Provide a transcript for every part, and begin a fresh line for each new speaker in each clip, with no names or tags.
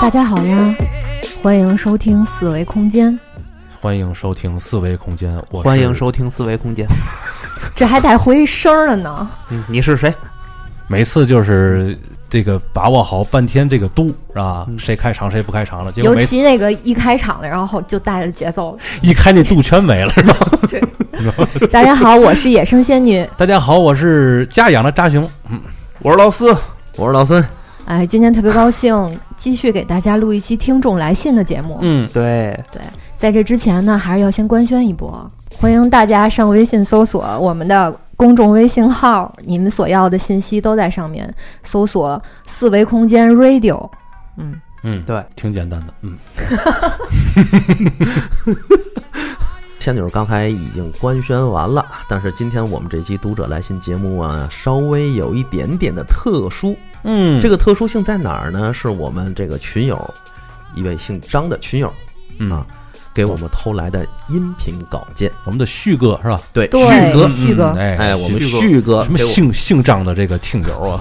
大家好呀，欢迎收听四维空间，
欢迎收听四维空间，我
欢迎
是
收听四维空间。
这还带回声儿了呢。
嗯，你是谁？
每次就是这个把握好半天这个度啊，
嗯
谁开场谁不开场了，结果
尤
没
其那个一开场的，然后就带着节奏。
一开那度全没了。
大家好，我是野生仙女。
大家好，我是家养的扎熊，
我是老四，我是老孙。
哎，今天特别高兴，继续给大家录一期听众来信的节目。
嗯，
对，
在这之前呢，还是要先官宣一波，欢迎大家上微信搜索我们的公众微信号，你们所要的信息都在上面，搜索“四维空间 radio”。嗯，
嗯，
对，
挺简单的，嗯，
仙女刚才已经官宣完了，但是今天我们这期读者来信节目啊，稍微有一点点的特殊。
嗯
这个特殊性在哪儿呢？是我们这个群友，一位姓张的群友
嗯
啊，，给我们偷来的音频稿件。
我们的旭哥是吧？
对，
对
旭哥，
旭哥
嗯哎
哎，我们
旭
旭哥
什么
给我
姓姓张的这个听友啊，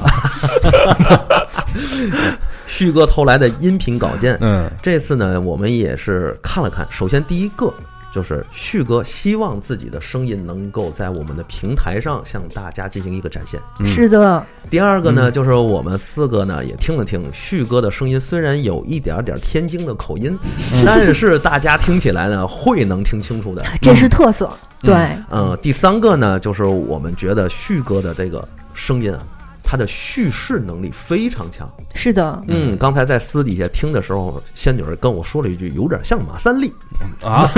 旭哥偷来的音频稿件。
嗯
这次呢，我们也是看了看。首先第一个就是旭哥希望自己的声音能够在我们的平台上向大家进行一个展现。
嗯
是的，
第二个呢，就是我们四个呢也听了听旭哥的声音，虽然有一点点天津的口音，但是大家听起来呢会能听清楚的。
这是特色。对，
嗯，第三个呢，就是我们觉得旭哥的这个声音啊，他的叙事能力非常强。
是的，
嗯，刚才在私底下听的时候，仙女儿跟我说了一句，有点像马三立。
啊，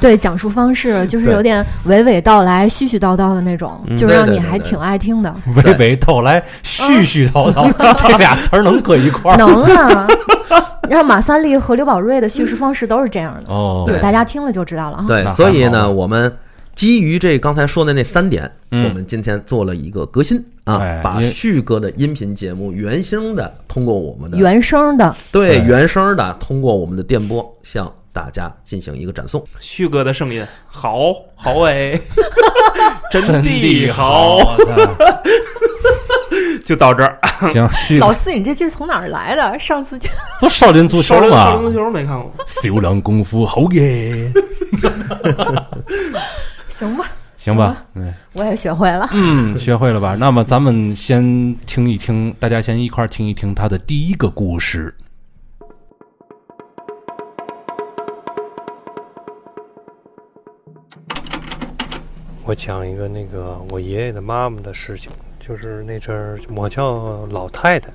对，讲述方式就是
对
有点娓娓道来、絮絮叨叨的那种，
嗯
就让
对对
你
对
还
对
挺爱听 的。
娓娓道来，絮絮叨叨，这俩词儿能搁一块儿？
能啊， 让马三立和刘宝瑞的叙事方式都是这样的，
哦，
对，大家听了就知道了啊。
哦
对
那，还
所以
好
呢，我们基于这刚才说的那三点，
嗯
我们今天做了一个革新
哎
啊，把
因为
旭哥的音频节目原声的通过我们的
原声的，
对
对
原声的通过我们的电波向大家进行一个展送。
旭哥的声音好好 哎，真
真
地
地好，我操
就到这儿。
行，旭
老四，你这句从哪儿来的？上次就
不少林足球
少林
吗
少？林足球没看过，
小狼功夫好耶！
行 吧，
行吧，嗯
我也学会了。
嗯，学会了吧？那么咱们先听一听，大家先一块儿听一听他的第一个故事。
我讲一个那个我爷爷的妈妈的事情，就是那阵儿我叫老太太，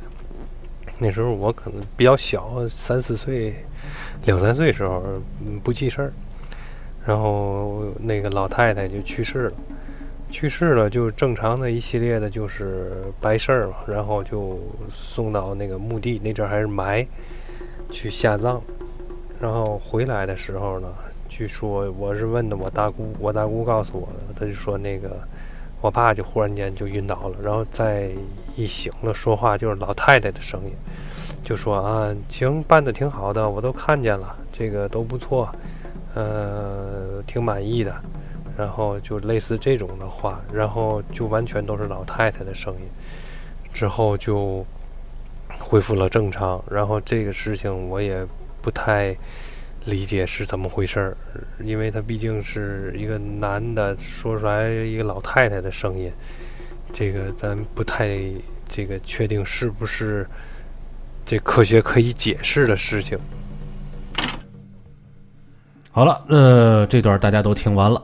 那时候我可能比较小，三四岁、两三岁时候嗯不记事儿，然后那个老太太就去世了，去世了就正常的一系列的就是白事儿嘛，然后就送到那个墓地，那阵儿还是埋，去下葬，然后回来的时候呢，据说我是问的我大姑，我大姑告诉我的，她就说那个我爸就忽然间就晕倒了，然后再一醒了，说话就是老太太的声音，就说啊，行，办的挺好的，我都看见了，这个都不错，呃，挺满意的，然后就类似这种的话，然后就完全都是老太太的声音，之后就恢复了正常，然后这个事情我也不太。理解是怎么回事儿，因为他毕竟是一个男的，说出来一个老太太的声音，这个咱不太这个确定是不是这科学可以解释的事情。
好了，呃，这段大家都听完了，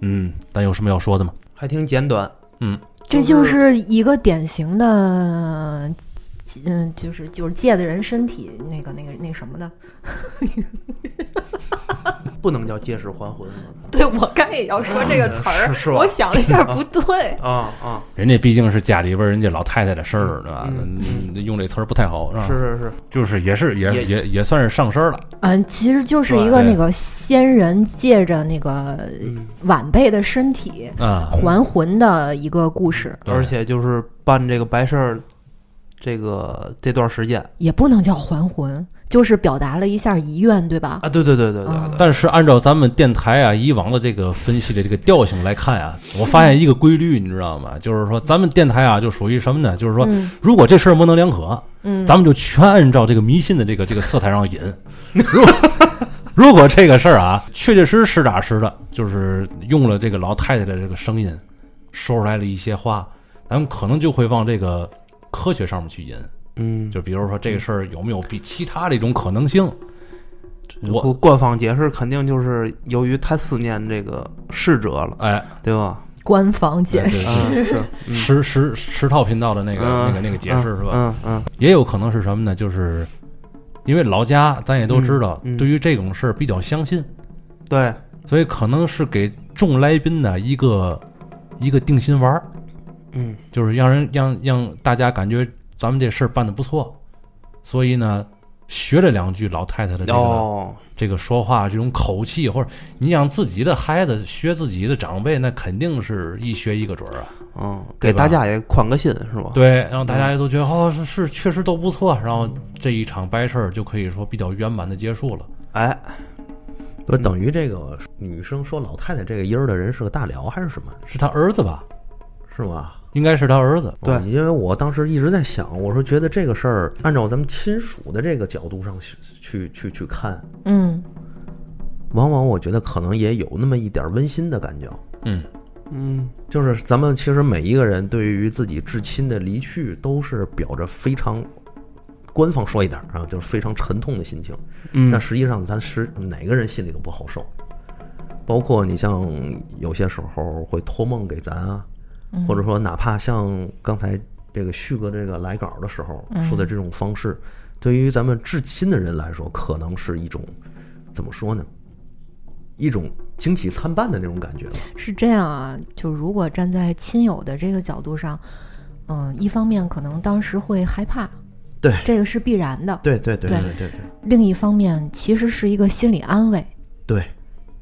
嗯，咱有什么要说的吗？
还挺简短。
这就是一个典型的，嗯，就是就是借的人身体那个那个那什么的。
不能叫借尸还魂吗？
对我刚也要说这个词儿，
是是吧
我想了一下，不对。
啊啊，
人家毕竟是家里边人家老太太的事儿，对吧？
嗯
嗯用这词儿不太好，是吧？
是是是，
就是也是也
也
也也算是上身了，
嗯，其实就是一个
对
那个先人借着那个
嗯，
晚辈的身体
啊，
还魂的一个故事。
嗯
对
而且就是办这个白事儿，
这个这段时间
也不能叫还魂，就是表达了一下遗愿，对吧？
啊，对对 对对对
嗯
对，
但是按照咱们电台啊以往的这个分析的这个调性来看啊，我发现一个规律，你知道吗？就是说咱们电台啊就属于什么呢？就是说，
嗯
如果这事儿模棱两可，
嗯，
咱们就全按照这个迷信的这个这个色彩上引。如果如果这个事儿啊，确确实实实打实的，就是用了这个老太太的这个声音，说出来了一些话，咱们可能就会往这个科学上面去引。
嗯，
就比如说这个事儿有没有比其他的一种可能性？我
官官方解释肯定就是由于太思念这个逝者了，
哎，
对吧？
官方解释，
啊，是，嗯
十十十套频道的那个、
嗯
那个那个解释是吧？
嗯嗯，
也有可能是什么呢？就是因为老家咱也都知道，
嗯嗯
对于这种事儿比较相信，
对，
所以可能是给众来宾的一个一个定心丸儿，
嗯
就是让人让让大家感觉咱们这事儿办的不错，所以呢。学了两句老太太的这个、
哦，
这个说话这种口气，或者你想自己的孩子学自己的长辈，那肯定是一学一个准儿啊。
嗯，
对
给
吧
大家也宽个心是吧？
对，然后大家也都觉得哦，是是，确实都不错。然后这一场白事儿就可以说比较圆满的结束了。
哎，
不是等于这个女生说老太太这个音儿的人是个大辽还是什么？
是他儿子吧？
是吗？
应该是他儿子。
对
哦因为我当时一直在想，我说觉得这个事儿按照咱们亲属的这个角度上去去去去看，
嗯，
往往我觉得可能也有那么一点温馨的感觉。
嗯，
嗯，
就是咱们其实每一个人对于自己至亲的离去，都是表着非常官方说一点儿啊，就是非常沉痛的心情。
嗯
但实际上，咱实哪个人心里都不好受。包括你像有些时候会托梦给咱啊，
嗯
或者说哪怕像刚才这个旭哥这个来稿的时候
嗯
说的这种方式，对于咱们至亲的人来说，可能是一种怎么说呢？一种惊喜参半的那种感觉吧。
是这样啊。就如果站在亲友的这个角度上，嗯，一方面可能当时会害怕，
对
这个是必然的；
对对对
对
对对对
另一方面，其实是一个心理安慰。
对，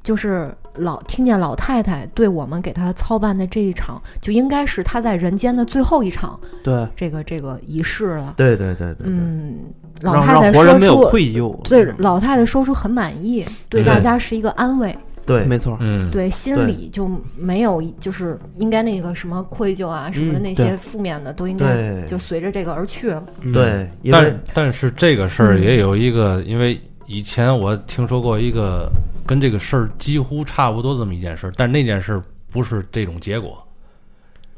就是老听见老太太对我们给她操办的这一场，就应该是她在人间的最后一场
对，
这个这个仪式了。
对对对对对，
嗯，老
让
太太
让活
说
人没有
出，
愧疚，
对老太太说出很满意，对
嗯
大家是一个安慰，
对
没错，
嗯，
对心
对
里就没有就是应该那个什么愧疚啊什么的
嗯
那
对
些负面的都应该
对
就随着这个而去了。
嗯，
对，因
但
为
是但是这个事儿也有一个，因为以前我听说过一个跟这个事儿几乎差不多这么一件事儿，但那件事儿不是这种结果。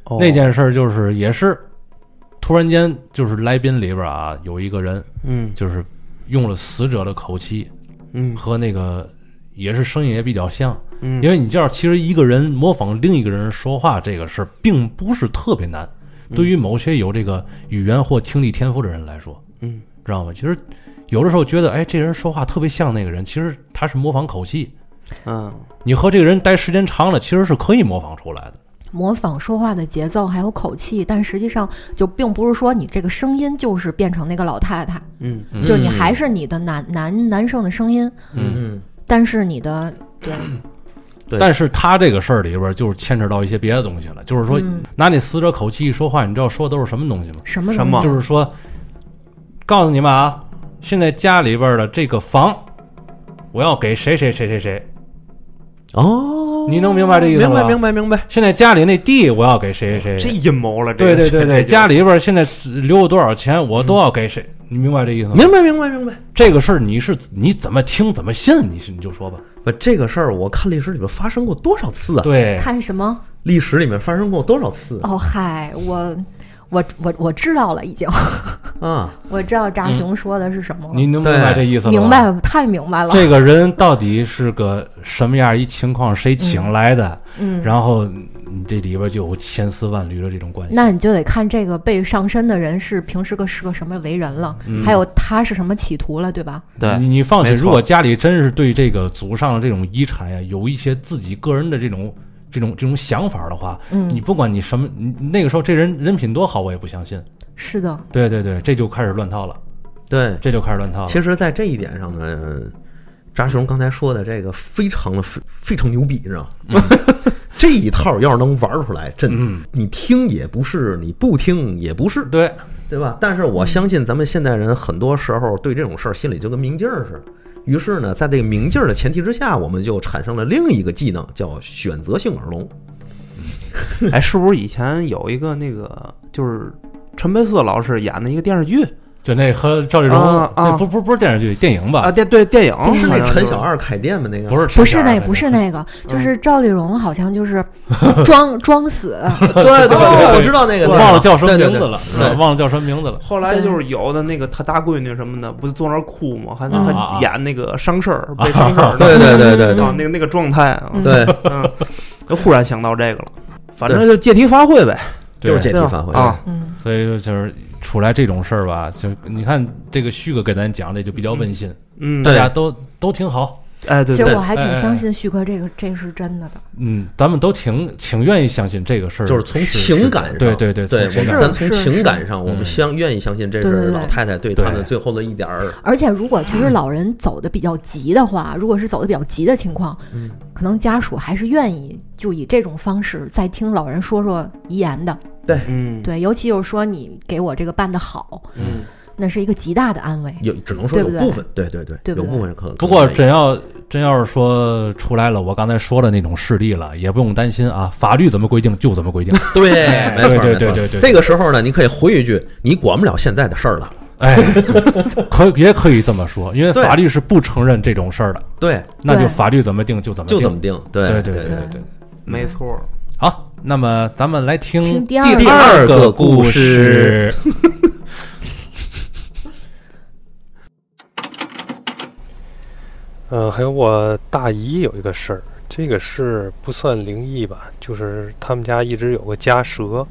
哦
那，件事儿就是也是突然间就是来宾里边儿啊有一个人
嗯
就是用了死者的口气
嗯
和那个也是声音也比较像。
嗯，
因为你知道，其实一个人模仿另一个人说话这个事儿，并不是特别难。
嗯
对于某些有这个语言或听力天赋的人来说，
嗯
知道吗？其实有的时候觉得，哎，这人说话特别像那个人，其实他是模仿口气。
嗯
你和这个人待时间长了，其实是可以模仿出来的。
模仿说话的节奏还有口气，但实际上就并不是说你这个声音就是变成那个老太太，
嗯
嗯
就你还是你的男男男生的声音，
嗯，
嗯，
但是你的对
对
但是他这个事儿里边儿就是牵扯到一些别的东西了，就是说
嗯
拿你死者口气一说话，你知道说的都是什么东西吗？
什么
什
东
么
西
就是说，告诉你们啊，现在家里边的这个房，我要给谁谁谁谁谁，
哦，
你能明白这意思
明
吗？
白明白明白，
现在家里那地我要给谁谁
这
谁，
阴谋了，
对
这
对对对，家
里
里边现在留有多少钱，我都要给谁，你明白这意思吗？
明白明白明白。
这个事儿你是你怎么听怎么信，你是你就说吧。
不，这个事儿我看历史里面发生过多少次啊？
对，
看什么？
历史里面发生过多少次
哦嗨，我我我我知道了，已经
啊？
我知道扎熊说的是什么了，
嗯你能明白这意思了吧
明白太明白了。
这个人到底是个什么样一情况，谁请来的？
嗯，
然后你这里边就有千丝万缕的这种关系。
那你就得看这个被上身的人是平时个是个什么为人了，
嗯
还有他是什么企图了，对吧？
你
对，
你放心，
没错
如果家里真是对这个祖上的这种遗产呀、有一些自己个人的这种这种这种想法的话，
嗯
你不管你什么，你那个时候这人人品多好，我也不相信。
是的，
对对对，这就开始乱套了，
对，
这就开始乱套了。
其实，在这一点上呢，扎熊刚才说的这个非常的非非常牛逼，你知道吗？ 这一套要是能玩出来，真、
嗯
你听也不是，你不听也不是，
对，
对吧？但是我相信咱们现代人很多时候对这种事儿心里就跟明镜儿似的。于是呢，在这个明镜儿的前提之下，我们就产生了另一个技能，叫选择性耳聋。
哎，是不是以前有一个那个就是陈佩斯老师演的一个电视剧
就那和赵丽蓉
啊，啊
那不不不是电视剧，电影吧
啊？？电对电影
是那
好像
陈
就
小二开店吗？那个
不是
不
陈
是
小二
那
那
个，不是
个，
那个，就是赵丽蓉，好像就是装装死，
对对
对
对
对
我知道那个
忘了叫什么名字。
对对对
了，是
对
吧忘了叫什么名字了。
后来就是有的那个他大闺女什么的，不就坐那儿哭吗？还
嗯
还演那个伤事儿，被伤事儿，
对对对对
嗯
啊，那个那个状态啊，
嗯
对，
嗯，就忽然想到这个了。反正就借题发挥呗，
就是
对
借
对
题
吧
发挥
啊，
嗯，
所以就是出来这种事儿吧，就你看这个旭哥给咱讲的就比较温馨，
嗯，
大家都都挺好，
哎，对
其实
对
我还
哎哎
挺
哎
相信旭哥这个，这是真的的。
嗯，咱们都挺挺愿意相信这个事儿，
就是从情感上，
对对对，
对，
从情
我
感
们
是
嗯
咱从
是
情感上，
是
我们相愿意相信这是老太太对他们最后的一点儿
而且，如果其实老人走的比较急的话，如果是走的比较急的情况，可能家属还是愿意就以这种方式再听老人说说遗言的。
嗯，
对，尤其就是说你给我这个办的好，
嗯，
那是一个极大的安慰。
有，只能说
对
有
不对
部分，对对对
对不
有
对
部分可能。
不过真要真要是说出来了，我刚才说的那种事例了，也不用担心啊，法律怎么规定就怎么规 定。
对，没错
对对
没错
对对对
这个时候呢，你可以回一句：“你管不了现在的事儿了。
哎，可也可以这么说，因为法律是不承认这种事儿的，”
对，
那就
对
法律怎么定就怎么
就
定。
这么定。对
对
对
对
对
对。
没错儿，
好，那么咱们来
听
听
第二
第
个，
二个
故
故事。
嗯，还有我大姨有一个事儿，这个事不算灵异吧，就是他们家一直有个家蛇，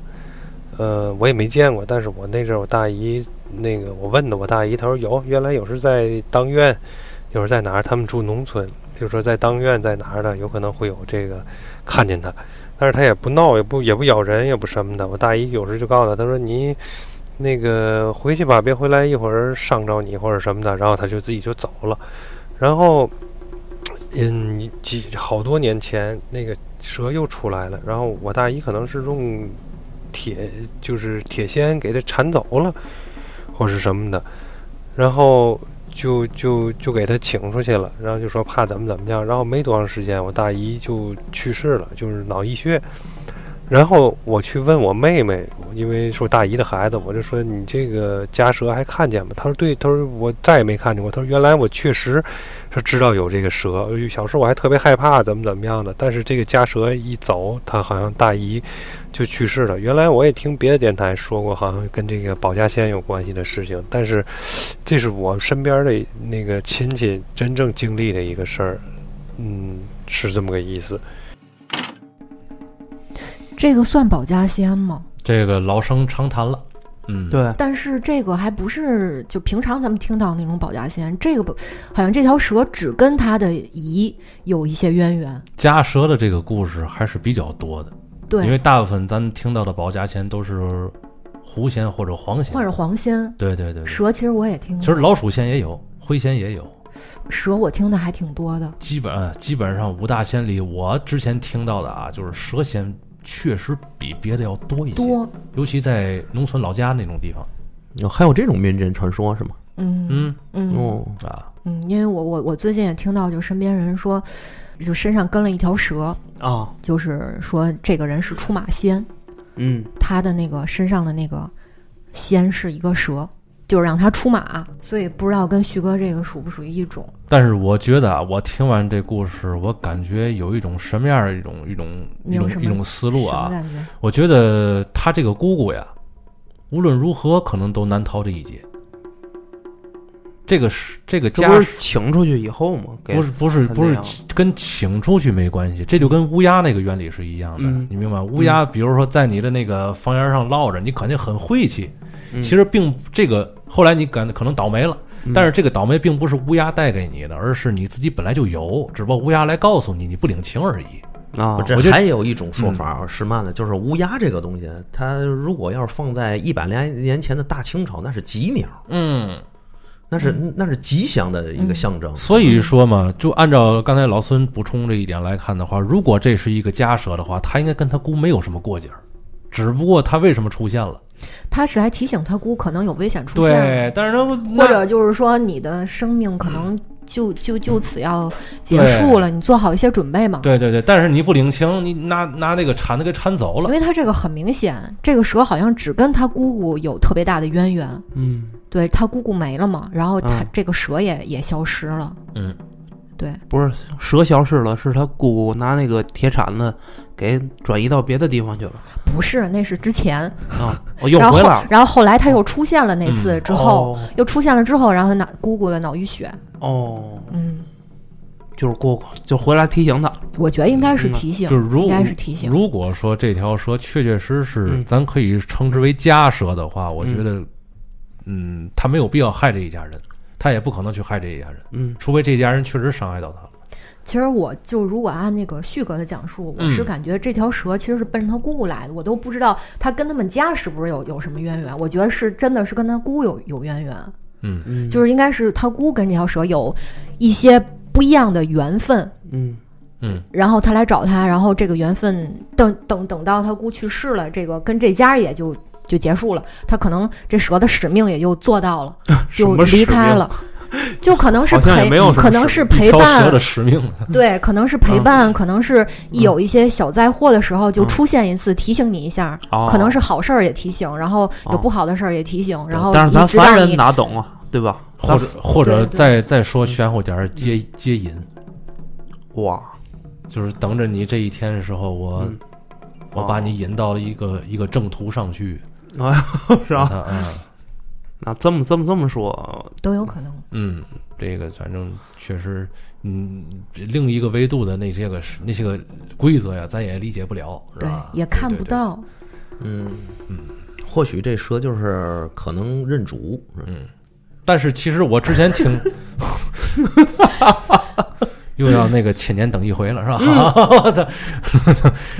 呃，我也没见过，但是我那阵儿我大姨那个我问的我大姨，她说有，原来有时在当院，有时在哪儿，他们住农村，就是说在当院在哪儿的，有可能会有这个看见它，但是它也不闹，也不也不咬人，也不什么的。我大姨有时就告诉她，她说你。那个回去吧，别回来一会儿伤着你或者什么的，然后她就自己就走了。然后，嗯，几好多年前那个蛇又出来了，然后我大姨可能是用铁，就是铁锨给它缠走了，或是什么的，然后就就就给它请出去了，然后就说怕怎么怎么样，然后没多长时间，我大姨就去世了，就是脑溢血。然后我去问我妹妹，因为是我大姨的孩子，我就说你这个家蛇还看见吗？她说对，她说我再也没看见过。她说原来我确实是知道有这个蛇，小时候我还特别害怕，怎么怎么样的。但是这个家蛇一走，她好像大姨就去世了。原来我也听别的电台说过，好像跟这个保家仙有关系的事情，但是这是我身边的那个亲戚真正经历的一个事儿，嗯，是这么个意思。
这个算保家仙吗？
这个老生常谈了，嗯，
对，
但是这个还不是就平常咱们听到那种保家仙，这个不好像这条蛇只跟他的姨有一些渊源。
家蛇的这个故事还是比较多的，因
对，
为大部分咱听到的保家仙都是狐仙或者黄仙，
或者黄仙、
对对对对，
蛇，其实我也听
其
过，
实老鼠仙也有，灰仙也有，
蛇我听的还挺多的。
基本呃基本上五大仙里，我之前听到的啊，就是蛇仙确实比别的要多一些，
多，
尤其在农村老家那种地方，
哦还有这种民间传说是吗？
嗯
嗯
嗯
哦，
啊，
嗯，因为我我我最近也听到，就身边人说，就身上跟了一条蛇，
啊，
就是说这个人是出马仙，
嗯，
他的那个身上的那个仙是一个蛇，就让他出马，所以不知道跟徐哥这个属不属于一种。
但是我觉得啊，我听完这故事，我感觉有一种什么样儿的一种一种
你
一
有
种
什么
一种思路
什么
啊？
感觉？
我觉得他这个姑姑呀，无论如何可能都难逃这一劫。这个是这个
这
家
不是请出去以后吗？给
不是不是
他
不
那
是
样
跟请出去没关系，这就跟乌鸦那个原理是一样的，
嗯
你明白吗？乌鸦比如说在你的那个房檐上落着，你肯定很晦气，
嗯
其实并这个后来你感可能倒霉了，但是这个倒霉并不是乌鸦带给你的，而是你自己本来就有，只不过乌鸦来告诉你你不领情而已。
啊，
这
我觉得嗯
还有一种说法啊是嘛呢？就是乌鸦这个东西，它如果要是放在一百来年前的大清朝，那是吉鸟。
嗯，
那是那是吉祥的一个象征。
所以说嘛，就按照刚才老孙补充这一点来看的话，如果这是一个家蛇的话，他应该跟他姑没有什么过节儿，只不过他为什么出现了？
他是来提醒他姑可能有危险出现，
对，但是他
或者就是说你的生命可能就就就此要结束了，你做好一些准备嘛。
对对对，但是你不领情，你拿拿那个铲子给铲走
因
了。
为他这个很明显，这个蛇好像只跟他姑姑有特别大的渊源，
嗯，
对他姑姑没了嘛，然后他、
嗯
这个蛇也也消失了，
嗯，
对，
不是蛇消失了，是他姑姑拿那个铁铲子给转移到别的地方去了
不是，那是之前，
啊，我又
然后
回
后
来了。
然后后来他又出现了那次之后，
哦
又出现了之后，然后他脑姑姑的脑淤血，
哦，
嗯，
就是姑姑就回来提醒他，
我觉得应该是
嗯
提醒，
就是如
应该是提醒，
如果说这条蛇确确实实
嗯
咱可以称之为家蛇的话，我
嗯
觉得，嗯，他没有必要害这一家人，他也不可能去害这一家人，
嗯
除非这一家人确实伤害到他了。
其实我就如果按那个旭哥的讲述，我
嗯
是感觉这条蛇其实是奔着他姑姑来的，我都不知道他跟他们家是不是有有什么渊源。我觉得是真的是跟他姑有有渊源，
嗯，
嗯，
就是应该是他姑跟这条蛇有一些不一样的缘分，
嗯
然后他来找他，然后这个缘分等等等到他姑去世了，这个跟这家也就就结束了，他可能这蛇的使命也就做到 了，就
什么使
离开
命
了。就可能是
好像也
陪
没有，什么
可能
使
是
一
陪
条蛇
伴
的使命，
对，可能是陪
嗯
伴，可能是一有一些小灾祸的时候就出现一次，提醒你一下。
哦
可能是好事儿也提醒，然后有
哦
不好的事儿也提醒，然后
但是咱
一直到
凡人
你
哪懂啊，对嗯吧？
或者或
对
者
对
再再说玄乎点儿，接接引，
哇，
就是等着你这一天的时候，我、
嗯
我把你引到了一个一个正途上去，
哦 是吧？
啊，
那这么这么这么说，
都有可能。
嗯，这个反正确实，嗯，另一个维度的那些个那些个规则呀，咱也理解不了，是
对
吧，？
也看不
啊对。对对
到。
嗯或许这蛇就是可能认主， 嗯
但是其实我之前听， 又要那个千年等一回了，是吧？
嗯
我操！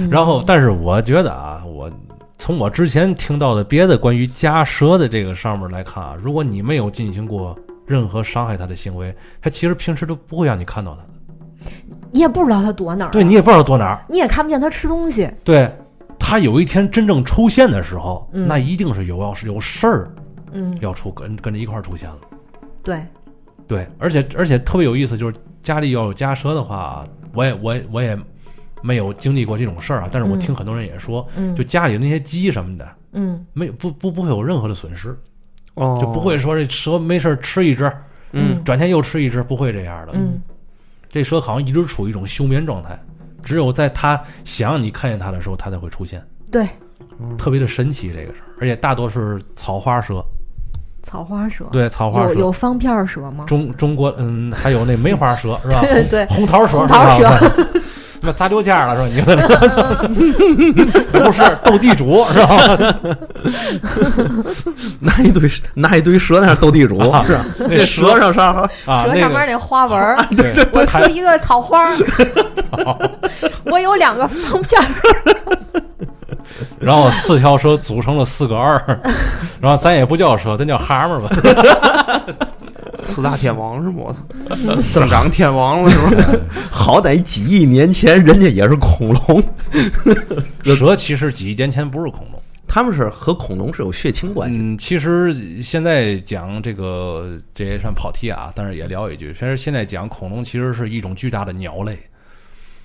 然后，但是我觉得啊，我从我之前听到的别的关于家蛇的这个上面来看啊，如果你没有进行过任何伤害它的行为，它其实平时都不会让你看
啊
到它的，
你也不知道它躲哪儿，啊
对你也不知道躲哪儿，
你也看不见它吃东西。
对。它有一天真正出现的时候，
嗯
那一定是有要是有事儿
嗯，
要出跟跟着一块儿出现了。
对，
对，而且而且特别有意思，就是家里要有家蛇的话，我也我也我也没有经历过这种事儿啊。但是我
嗯
听很多人也说，
嗯
就家里那些鸡什么的，
嗯
没有不不不会有任何的损失，
哦，
就不会说这蛇没事儿吃一只，
嗯，
转天又吃一只，不会这样的。
嗯，
这蛇好像一直处于一种休眠状态，只有在它想让你看见它的时候，它才会出现，
对，
特别的神奇这个事儿。而且大多是草花蛇，
草花蛇，
对草
嗯
花
有
蛇
有，方片儿蛇吗？
中中国嗯还有那梅 花蛇是吧？
对对，
红桃蛇，
红桃蛇
是吧， 那砸丢架了是吧？ 你不是斗地主是吧？
拿一堆拿一堆蛇在那儿斗地主，是吧
啊那蛇
蛇上上
啊，
蛇
那
上面
个
那花纹 儿，
对对
我
对，
出
还
一个草花 儿， 我有两个方片儿。
然后四条蛇组成了四个二，然后咱也不叫蛇，咱叫蛤蟆吧。
四大天王是吗？ 我操，增长天王了是吧？
好歹几亿年前人家也是恐龙，
蛇其实几亿年前不是恐龙，
他们是和恐龙是有血亲关系。
嗯，其实现在讲这个这也算跑题啊，但是也聊一句，其实现在讲恐龙其实是一种巨大的鸟类。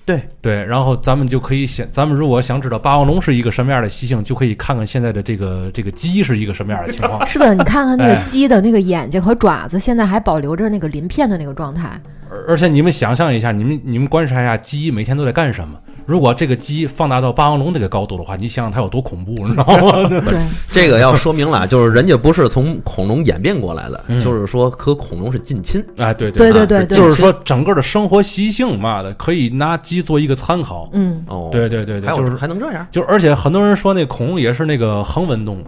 对
对，然后咱们就可以想，咱们如果想知道霸王龙是一个什么样的习性，就可以看看现在的这个这个鸡是一个什么样的情况。
是的，你看看那个
哎
鸡的那个眼睛和爪子，现在还保留着那个鳞片的那个状态。
而而且你们想象一下，你们你们观察一下鸡每天都在干什么。如果这个鸡放大到霸王龙这个高度的话，你想想它有多恐怖，你知道 吗？
对，
这个要说明了，就是人家不是从恐龙演变过来的，
嗯
就是说和恐龙是近亲。
哎，对
对对
啊
对
这
对，
就是说整个的生活习性嘛的，可以拿鸡做一个参考。
嗯，
哦，
对，对对对，
还有
就是
还能这样
就而且很多人说那恐龙也是那个恒温动物，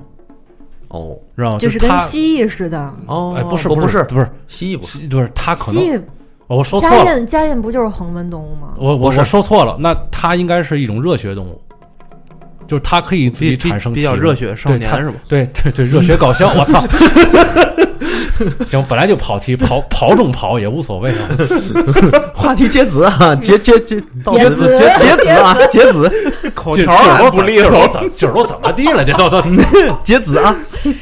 哦
知道吗？
就是是跟
它
蜥蜴似的。
哦，
哎不是
不
不
是
不是
蜥蜴不是
蜥就是它可
蜥
能
蜴
哦我说错
家
了。
燕家燕不就是恒温动物吗？
我我我说错了，那它应该是一种热血动物，就是它可以自己
比比
产生
比较
体温
热，血少
对
年
它
是吧？
对对对，热血高校，我操！行，本来就跑题，跑跑中跑也无所谓啊。
话题截止 啊，截截截到
截
截
止
截止啊，截止
口
今
条
儿
儿
都
不
怎
利
今儿
索
都，怎今儿都怎么地了？这都都
截止啊！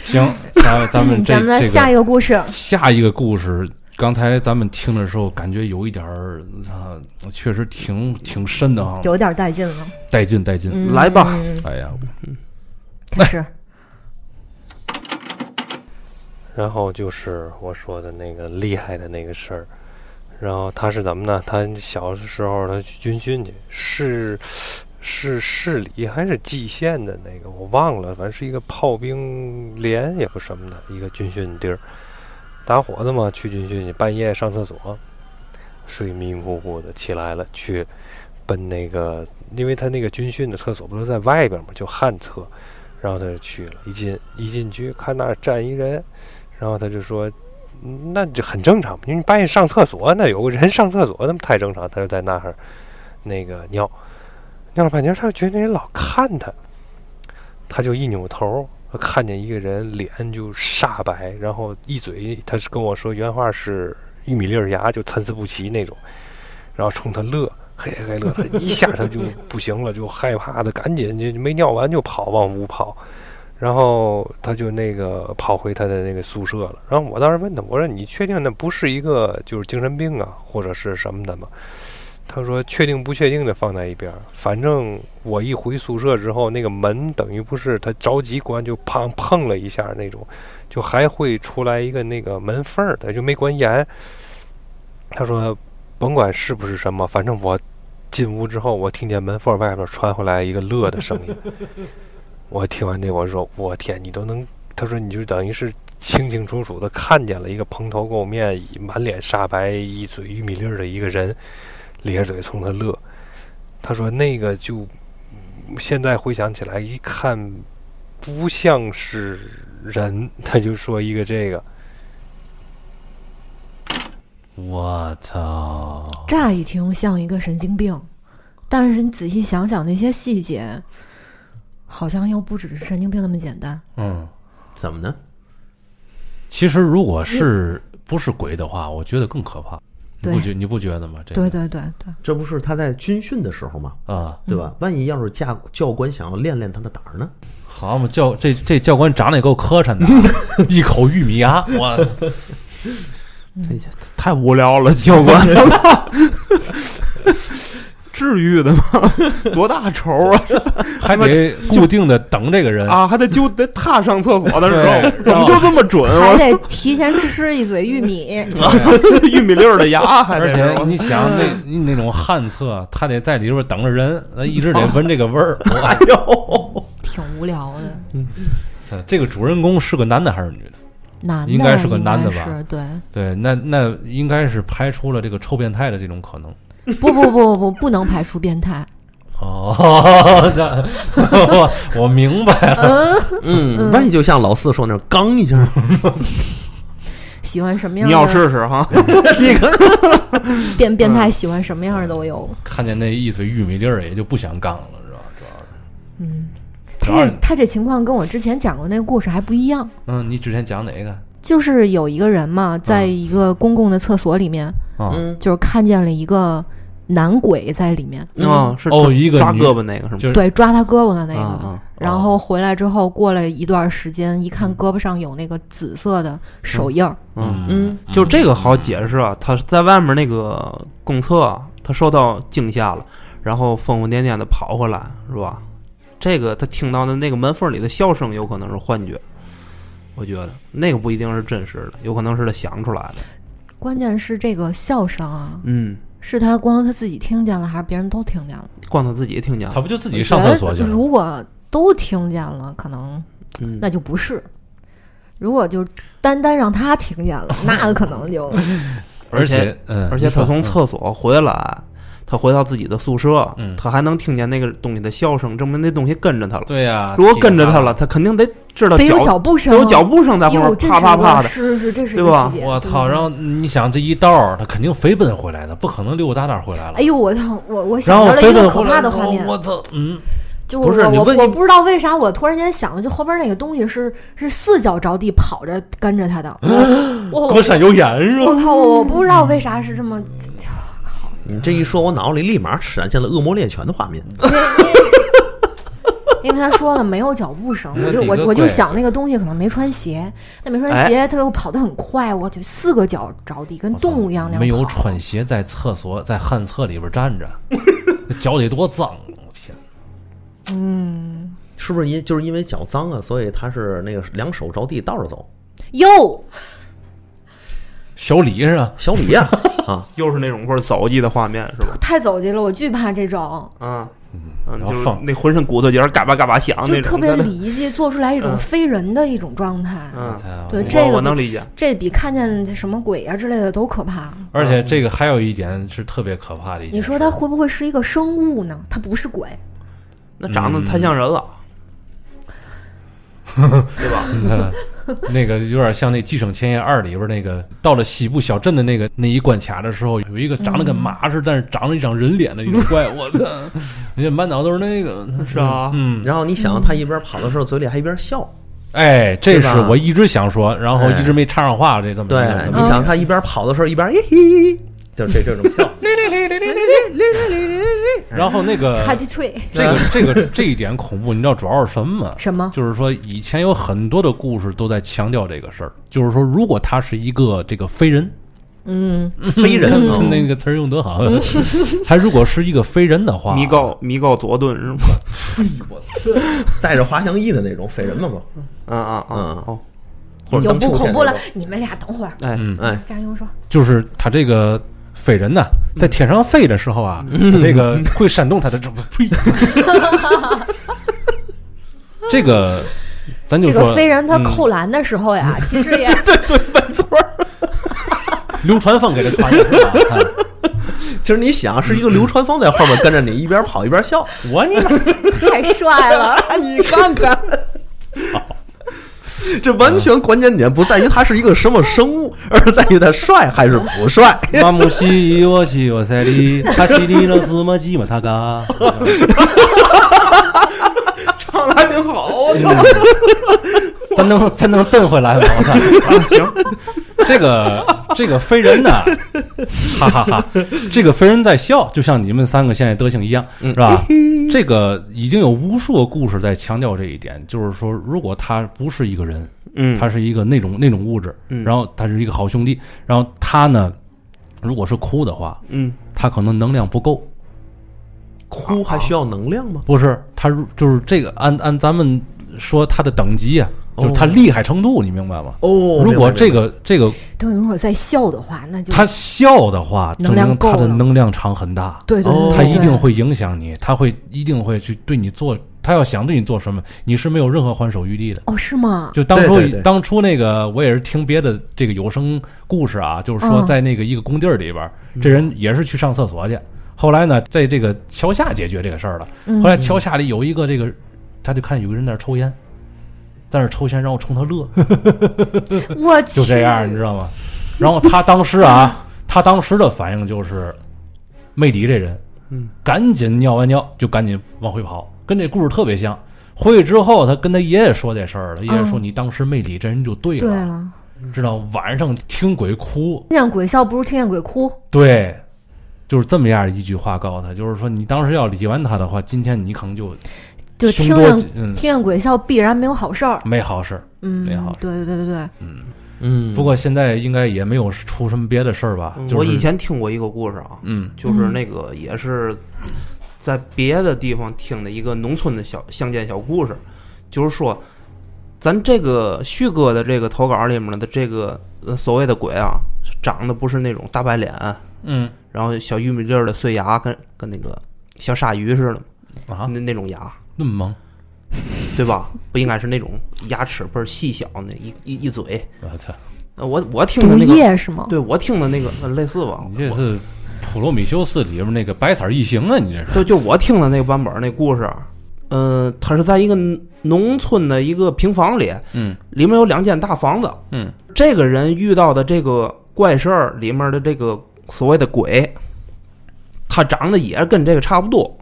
行，咱们咱们
嗯
这
咱们来
这个
下一个故事，
下一个故事，刚才咱们听的时候，感觉有一点儿，啊，确实挺挺深的啊，
有点带劲了。
带劲带劲。
嗯
来吧
嗯
哎呀，哎
开始。
然后就是我说的那个厉害的那个事儿，然后他是怎么呢？他小时候他去军训去，是是市里还是蓟县的那个我忘了，反正是一个炮兵连也不什么的一个军训地儿，打伙子嘛，去军训去，半夜上厕所，睡迷迷糊糊的起来了，去奔那个，因为他那个军训的厕所不是在外边嘛，就旱厕。然后他就去了，一进一进去，看那儿站一人，然后他就说，嗯那这很正常，因为你半夜上厕所，那有个人上厕所，那不太正常。他就在那儿那个尿，尿了半天，他就觉得人老看他，他就一扭头，他看见一个人脸就煞白，然后一嘴，他是跟我说原话是玉米粒儿牙，就参差不齐那种，然后冲他乐。嘿嘿乐，他一下他就 不行了，就害怕的，赶紧就没尿完就跑，往屋跑。然后他就那个跑回他的那个宿舍了。然后我当时问他，我说你确定那不是一个就是精神病啊，或者是什么的吗？他说确定不确定的放在一边儿，反正我一回宿舍之后，那个门等于不是他着急关就砰碰了一下那种，就还会出来一个那个门缝儿的，就没关严。他说甭管是不是什么，反正我进屋之后，我听见门缝儿外边儿传回来一个乐的声音。我听完这，我说我天，你都能，他说你就等于是清清楚楚的看见了一个蓬头垢面、满脸煞白、一嘴玉米粒儿的一个人，咧着嘴冲他乐。他说那个就现在回想起来，一看不像是人，他就说一个这个，
我操！
乍一听像一个神经病，但是你仔细想想那些细节，好像又不只是神经病那么简单。
嗯，
怎么呢？
其实如果是不是鬼的话，我觉得更可怕。你
对
不觉你不觉得吗？这
对对
个
对对，
这不是他在军训的时候吗？
啊，
对吧？万一要是教教官想要练练他的胆儿呢？
好嘛，教这这教官长得也够磕碜的啊， 一口玉米牙，我
太无聊了，教 官，至于的吗？多大仇啊！
还得固定的等这个人。
啊，还得揪得踏上厕所的时
对
候，怎么就这么准？
还
我
得提前吃一嘴玉 米。
啊
玉米粒儿的牙还
而
得
且
是
你想，那你那种旱厕，他得在里边等着人，那一直得闻这个味 儿。
哎呦，
挺无聊的。
这个主人公是个男的还是女的？
男的
应该是个男的吧
应该是对，
对，那那应该是排除了这个臭变态的这种可能。
不不不不，不能排除变态。
哦， 那我我明白了。
嗯，万一就像老四说那儿刚一下，
喜欢什么样
你
的？
要试试哈，
你看
变变
嗯
态，喜欢什么样的都有。
看见那一嘴玉米粒儿，也就不想杠了，是吧？主要是，
嗯，
主
他
要
这
是，
他这情况跟我之前讲过那个故事还不一样，
嗯，你之前讲哪个？
就是有一个人嘛，在
嗯
一个公共的厕所里面，
啊，
嗯
就是看见了一个男鬼在里面，
啊，是
哦，嗯一个
扎
女
胳膊那个是吗？
就是
对，抓他胳膊的那个。
啊啊
然
哦
后回来之后，过了一段时间，一
嗯
看胳膊上有那个紫色的手印儿，
嗯，
嗯，
就这个好解释啊，他在外面那个公厕啊，他受到惊吓了，然后疯疯癫癫的跑回来，是吧？这个他听到的那个门缝里的笑声，有可能是幻觉，我觉得那个不一定是真实的，有可能是他想出来的。
关键是这个笑声啊，
嗯，
是他光他自己听见了，还是别人都听见了？
光他自己听见
他
了，
不就自己上厕所
我
去
觉得
了？
如果都听见了，可能
嗯，
那就不是。如果就单单让他听见了，那可能就
而
而且
且，嗯，
而且
你说
他从厕所回来，他回到自己的宿舍，
嗯
他还能听见那个东西的笑声，证明那东西跟着他了。
对啊呀，
如果跟着
他
他了，，他肯定得知道
得有
脚
脚步声
得
啊，
有脚步声在后
哟，
面
这
啪啪啪的，
是是，这是一
对
个
吧
细节。嗯
我操！
对
然后你想这一道儿，他肯定飞奔回来的，不可能溜达达回来
哎
了。
哎呦，我操，我我
然
想
后
到了
飞
一
奔
个
回
可
来哦
怕的画面
我，我操，嗯，
就
不是
我
你
我
问
我
一
不知道为啥，我突然间想了，就后边那个东西是是四脚着地跑着跟着他的，我我
国产油盐是吧？
我靠，我不知道为啥是这么，
你这一说，我脑子里立马闪现了恶魔猎犬的画面。
因为他说了没有脚步声，我就
那几
我
个哎
我就
怪
想那个东西可能没穿鞋，那没穿鞋他又跑得很快，我就四个脚着地，跟动物一样那样
没有
跑
穿鞋在厕所在旱厕里边 站着，脚得多脏！我天，
是不是因就是因为脚脏啊，所以他是那个两手着地倒着走？
哟，
小李是吧？
小李呀、啊，
又是那种味儿走鸡的画面是吧？
太走进了，我惧怕这
啊
种，
嗯
嗯，
然后
就是
放
那浑身骨头节儿嘎巴嘎巴响那
就
种，
特别
在那
离奇，做出来一种
嗯
非人的一种状态，
嗯，
对
对
这
我
个
我
比
能理解。
这比看见什么鬼啊之类的都可怕。
而且这个还有一点是特别可怕的一件事，
你说它会不会是一个生物呢？它不是鬼，
那长得太像人了，
嗯那个有点像那《寄生前夜二》里边那个到了西部小镇的那个那一关卡的时候，有一个长得跟马似的，但是长着一张人脸的一种怪，我 操！人家满脑都是那个，
是啊，
嗯，
然后你想，他一边跑的时候嘴里还一边笑，
哎，这
对
是
吧
我一直想说，然后一直没插上话，这这么
对，
这
你
么
嗯
想他一边跑的时候一边嘿嘿，就这这种笑。
然后 那个
它就吹
这个这个这一点恐怖，你知道主要是什么吗？
什么？
就是说，以前有很多的故事都在强调这个事儿，就是说，如果他是一个这个非人，
嗯，
飞人
看
啊
看 那个词儿用得好，他如果是一个非人的话，
米高米高佐顿是吗？
带着滑翔翼的那种飞人嘛嘛，
嗯啊啊
嗯
哦，
或者
有
当
不
秋
恐
天
怖
那
了
种。？
你们俩等会儿，
哎，
嗯
哎，
张勇说，
就是他这个飞人呐，
嗯
在天上飞的时候啊，这个会闪动他的这不 呸，这个咱就
这
说
个飞人他
嗯
扣篮的时候 呀，其实也
流川枫给他传的是吧，看
其实你想，是一个流川枫在后面跟着你，一边跑一边笑。
我你 妈
太帅了。
啊，你看看，这完全关键点不在于他是一个什么生物，而是在于他帅还是不帅。
马木西我西我塞里，他西里了什么鸡嘛他嘎，
唱的还挺好，
啊
我
嗯
操！
咱能咱能蹬回来吗？我操！
行，
啊这个这个飞人呢，哈哈哈这个飞人在笑，就像你们三个现在德行一样，
嗯
是吧？这个已经有无数个故事在强调这一点，就是说，如果他不是一个人，
嗯，
他是一个那种那种物质，
嗯
然后他是一个好兄弟，然后他呢，如果是哭的话，
嗯
他可能能量不够，
哭还需要能量吗？
不是他如就是这个按按咱们说他的等级啊，就是
哦
他厉害程度，你明白吗？
哦
如果这个这个
等如果再笑的话，那就
他笑的话，
能
证
量
明他
够
的
了
能量场很大。
对对
哦
对，
他一定
对
会影响你，他会一定会去对你做，他要想对你做什么，你是没有任何还手余地的。
哦，是吗？
就当初
对对对
当初那个，我也是听别的这个有声故事啊，就是说
嗯
在那个一个工地儿里边儿，这人也是去上厕所去，后来呢，在这个桥下解决这个事儿了。
嗯
后来桥下里有一个这个，他就看有个人在那儿抽烟，在那儿抽烟，然后冲他乐，
我去
就这样，你知道吗？然后他当时啊，他当时的反应就是，没理这人，
嗯，
赶紧尿完尿就赶紧往回跑，跟这故事特别像。回去之后，他跟他爷爷说这事儿了，爷爷说
嗯
你当时没理这人就对
对
了，
了，
知道晚上听鬼哭，
听见鬼笑不如听见鬼哭。
对。就是这么样一句话告诉他，就是说你当时要理完他的话，今天你可能就
就
凶
听
多
见
吉嗯
听见鬼笑，必然没有好事儿。
没好事儿。
嗯，
没好事
对对对对对，
嗯，
不过现在应该也没有出什么别的事儿吧？就是
嗯我以前听过一个故事啊，
嗯
就是那个也是在别的地方听的一个农村的小乡间小故事，就是说，咱这个旭哥的这个投稿里面的这个呃所谓的鬼啊，长得不是那种大白脸，
嗯
然后小玉米粒儿的碎牙跟跟那个小鲨鱼似的，
啊，
那那种牙，
那么萌，
对吧？不应该是那种牙齿倍儿细小那一一一嘴。
我操！
呃我我听
毒
的那个，
液是吗？
对我听的那个呃类似吧，
你这是普罗米修斯里边那个白色异形啊！你这是
就就我听的那个版本儿那故事，嗯，他是在一个农村的一个平房里，
嗯
里面有两间大房子。
嗯
这个人遇到的这个怪事儿里面的这个所谓的鬼，他长得也跟这个差不多。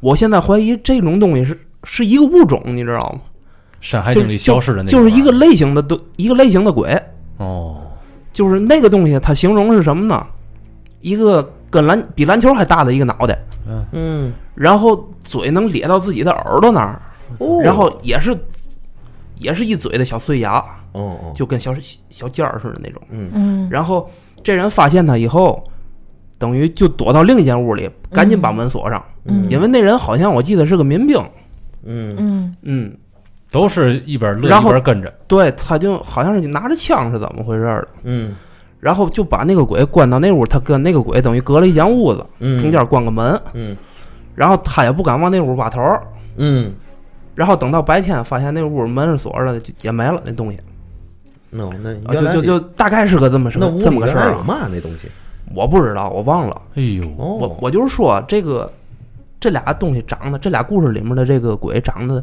我现在怀疑这种东西是是一个物种，你知道吗？
山海
就
经里消失的那
就是一个
玩意
类型的东，一个类型的鬼，
儿哦，
就是那个东西，它形容是什么呢？一个跟篮比篮球还大的一个脑袋，
嗯，
嗯，
然后嘴能咧到自己的耳朵那儿，然后也是也是一嘴的小碎牙，
哦哦，
就跟小小尖儿似的那种。
嗯
嗯，
然后这人发现他以后，等于就躲到另一间屋里，赶紧把门锁上，
嗯
因为那人好像我记得是个民兵。
嗯
嗯
嗯，
都是一边乐
然
一
后
边跟着，
对，他就好像是拿着枪是怎么回事儿的，
嗯
然后就把那个鬼关到那屋，他跟那个鬼等于隔了一间屋子，
嗯，
中间关个门，
嗯
然后他也不敢往那屋挖头儿。
嗯，
然后等到白天，发现那屋门是锁着的，就也没了那东西，
那那
啊
原
就
来
就
里
就大概是个这么事
那屋
这
里
么个
原
事
来
儿
有
啊，
嘛那东西？
我不知道，我忘了。
哎呦，
哦，
我我就是说，这个这俩东西长得，这俩故事里面的这个鬼长得